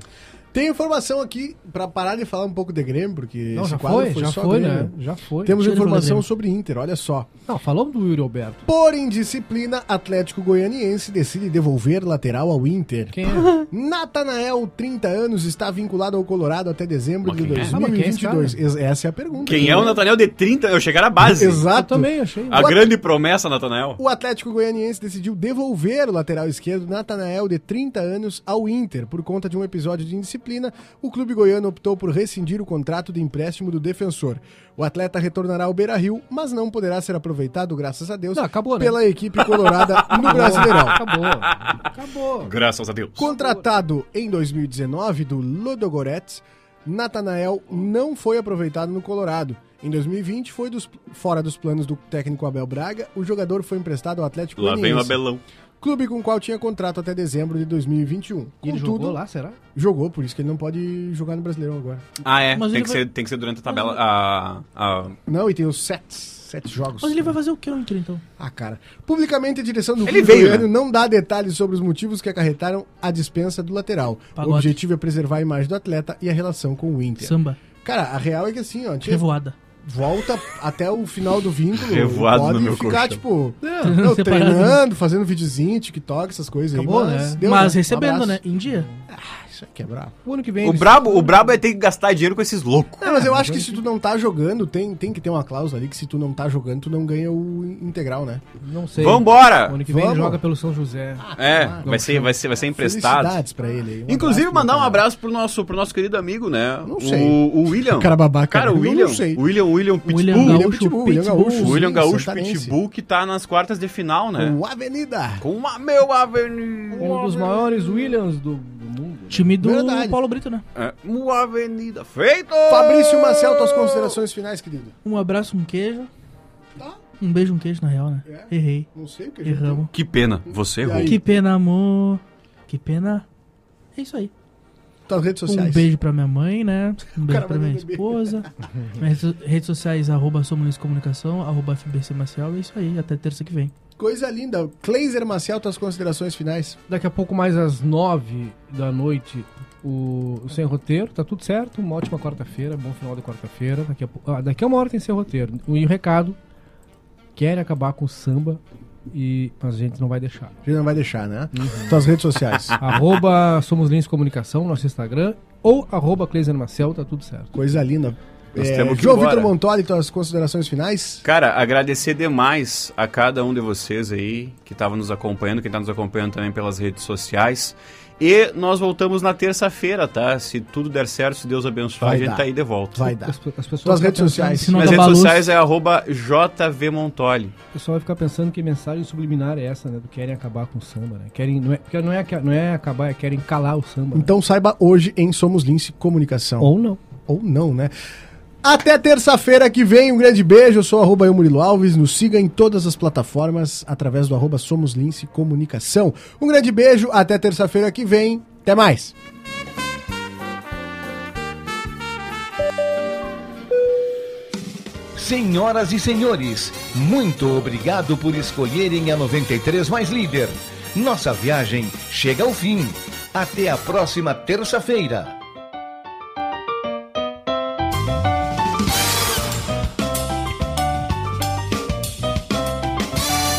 Speaker 1: Tem informação aqui, pra parar de falar um pouco de Grêmio, porque
Speaker 4: Não,
Speaker 1: esse
Speaker 4: já
Speaker 1: quadro
Speaker 4: foi,
Speaker 1: foi
Speaker 4: já
Speaker 1: só
Speaker 4: foi,
Speaker 1: Grêmio.
Speaker 4: né? Já foi.
Speaker 1: Temos
Speaker 3: Deixa ele
Speaker 1: informação
Speaker 3: falar,
Speaker 1: sobre Inter, olha só.
Speaker 4: Não, falamos do Yuri Alberto.
Speaker 1: Por indisciplina, Atlético Goianiense decide devolver lateral ao Inter.
Speaker 4: Quem é?
Speaker 1: Natanael, 30 anos, está vinculado ao Colorado até dezembro
Speaker 2: Mas
Speaker 1: de
Speaker 2: quem é?
Speaker 4: Ah, mas quem é esse
Speaker 1: 2022. Es- Essa é a pergunta.
Speaker 2: Quem é o Nathaniel de 30? Eu chegar à base.
Speaker 4: Eu
Speaker 1: Exato.
Speaker 4: também achei.
Speaker 2: A
Speaker 1: What?
Speaker 2: grande promessa, Nathaniel.
Speaker 1: O Atlético Goianiense decidiu devolver o lateral esquerdo Natanael, de 30 anos, ao Inter. Por conta de um episódio de indisciplina, o clube goiano optou por rescindir o contrato de empréstimo do defensor. O atleta retornará ao Beira-Rio, mas não poderá ser aproveitado, graças a Deus,
Speaker 4: Não, acabou, né?
Speaker 1: pela equipe colorada no Brasileirão.
Speaker 4: Acabou. Acabou.
Speaker 2: Graças a Deus.
Speaker 1: Contratado em 2019 do Ludogorets, Natanael não foi aproveitado no Colorado. Em 2020 foi dos- fora dos planos do técnico Abel Braga. O jogador foi emprestado ao Atlético
Speaker 2: Lá vem o
Speaker 1: Goianiense,
Speaker 2: Abelão.
Speaker 1: clube com o qual tinha contrato até dezembro de 2021.
Speaker 4: E ele
Speaker 1: Contudo,
Speaker 4: jogou lá, será?
Speaker 1: jogou, por isso que ele não pode jogar no Brasileirão agora.
Speaker 2: Ah, é.
Speaker 3: Mas
Speaker 2: Tem
Speaker 3: ele
Speaker 2: que,
Speaker 3: vai-
Speaker 2: ser, tem que ser durante a tabela. A, a-
Speaker 1: Não, e tem os sete, sete jogos.
Speaker 3: Mas ele vai fazer o que no Inter, então?
Speaker 1: Ah, cara. Publicamente, a direção do
Speaker 2: Ele
Speaker 1: clube
Speaker 2: veio,
Speaker 1: goiano
Speaker 2: né?
Speaker 1: não dá detalhes sobre os motivos que acarretaram a dispensa do lateral. O
Speaker 3: Pagode.
Speaker 1: objetivo é preservar a imagem do atleta e a relação com o
Speaker 2: É.
Speaker 1: Inter.
Speaker 3: Samba.
Speaker 1: Cara, a real é que assim, ó, a gente
Speaker 3: Revoada.
Speaker 1: volta até o final do vínculo
Speaker 2: Revoado
Speaker 1: pode
Speaker 2: no meu
Speaker 1: ficar,
Speaker 2: colchão.
Speaker 1: tipo,
Speaker 4: É.
Speaker 1: não,
Speaker 3: Separado.
Speaker 1: treinando, fazendo videozinho, TikTok, essas coisas
Speaker 4: Acabou,
Speaker 1: aí. Mas,
Speaker 4: né?
Speaker 1: deu,
Speaker 3: Mas
Speaker 1: Um
Speaker 3: recebendo,
Speaker 1: abraço.
Speaker 3: né? Em dia.
Speaker 1: Ah, Isso aqui é brabo.
Speaker 4: O ano que vem.
Speaker 2: O,
Speaker 4: eles-
Speaker 2: brabo, o brabo é ter que gastar dinheiro com esses loucos.
Speaker 1: Não, mas eu acho que se tu não tá jogando, tem, tem que ter uma cláusula ali que se tu não tá jogando, tu não ganha o integral, né?
Speaker 4: Não sei. O
Speaker 2: Vambora!
Speaker 4: ano que vem ele
Speaker 1: Vamos.
Speaker 4: joga pelo São José.
Speaker 2: É, vai ser, vai, ser, vai ser emprestado.
Speaker 1: Felicidades pra ele aí. Um
Speaker 2: Inclusive,
Speaker 1: abraço,
Speaker 2: mandar um
Speaker 1: cara.
Speaker 2: abraço pro nosso, pro nosso querido amigo, né?
Speaker 1: Não sei.
Speaker 2: O, o William.
Speaker 1: Cara babaca.
Speaker 2: Cara,
Speaker 1: Eu
Speaker 2: o
Speaker 1: não
Speaker 2: William.
Speaker 1: sei.
Speaker 2: O William, o William Pitbull.
Speaker 3: William
Speaker 1: William
Speaker 3: Gaúcho,
Speaker 1: Pitbull, William
Speaker 3: Pitbull.
Speaker 1: Gaúcho.
Speaker 2: O William
Speaker 1: sim,
Speaker 2: Gaúcho
Speaker 1: santanense.
Speaker 2: Pitbull, que tá nas quartas de final, né?
Speaker 1: O Avenida.
Speaker 2: Com uma meu avenida.
Speaker 4: Um dos maiores Williams do, do mundo.
Speaker 3: Time do
Speaker 1: Verdade.
Speaker 3: Paulo Brito, né?
Speaker 2: É, uma avenida. Feito!
Speaker 1: Fabrício Marcel, tuas considerações finais, querido.
Speaker 3: Um abraço, um queijo. Um beijo, um queijo, na real, né?
Speaker 1: Tá. É.
Speaker 3: Errei.
Speaker 1: Não sei o que a gente
Speaker 3: Erramos.
Speaker 2: Que pena, você errou.
Speaker 1: aí?
Speaker 3: Que pena, amor. Que pena. É isso aí.
Speaker 1: Tuas redes sociais.
Speaker 3: Um beijo pra minha mãe, né? Um beijo
Speaker 1: cara
Speaker 3: pra
Speaker 1: vai
Speaker 3: minha
Speaker 1: beber.
Speaker 3: esposa. Minhas so- redes sociais, arroba Sou Muniz Comunicação, arroba FBC Marcial. É isso aí, até terça que vem.
Speaker 1: Coisa linda. Cleiser Maciel, tuas considerações finais.
Speaker 4: Daqui a pouco, mais às nove da noite, o, o Sem Roteiro. Tá tudo certo. Uma ótima quarta-feira. Bom final de quarta-feira. Daqui a, pou- ah, daqui a uma hora tem Sem Roteiro. E o recado: querem acabar com o samba, e, mas a gente não vai deixar.
Speaker 1: A gente não vai deixar, né? Tuas redes sociais.
Speaker 4: arroba Somos Lins Comunicação, nosso Instagram. Ou arroba Cleiser Marcel, tá tudo certo.
Speaker 1: Coisa linda. É,
Speaker 2: Nós temos que ir
Speaker 1: João Vitor
Speaker 2: embora.
Speaker 1: Montoli, tuas considerações finais.
Speaker 2: Cara, agradecer demais a cada um de vocês aí que estava nos acompanhando, quem está nos acompanhando também pelas redes sociais. E nós voltamos na terça-feira, tá? Se tudo der certo, se Deus abençoar,
Speaker 1: Vai
Speaker 2: a gente
Speaker 1: dar.
Speaker 2: tá aí de volta.
Speaker 1: Vai dar.
Speaker 4: As, as pessoas
Speaker 1: Tuas
Speaker 4: vão
Speaker 1: redes
Speaker 4: pensar-
Speaker 1: sociais.
Speaker 3: se não
Speaker 2: Minhas
Speaker 3: acabar
Speaker 2: redes
Speaker 3: a luz.
Speaker 2: sociais é arroba jvmontoli.
Speaker 4: O pessoal vai ficar pensando que mensagem subliminar é essa, né? Do querem acabar com o samba, né? Querem, não, é, porque não, é, que- não é acabar, é querem calar o samba. né?
Speaker 1: Então saiba hoje em Somos Lince Comunicação.
Speaker 4: Ou não.
Speaker 1: Ou não, né? Até terça-feira que vem, um grande beijo. Eu sou o arroba eu, Murilo Alves. Nos siga em todas as plataformas através do arroba Somos Lince Comunicação. Um grande beijo, até terça-feira que vem. Até mais.
Speaker 5: Senhoras e senhores, muito obrigado por escolherem a 93 mais líder. Nossa viagem chega ao fim. Até a próxima terça-feira.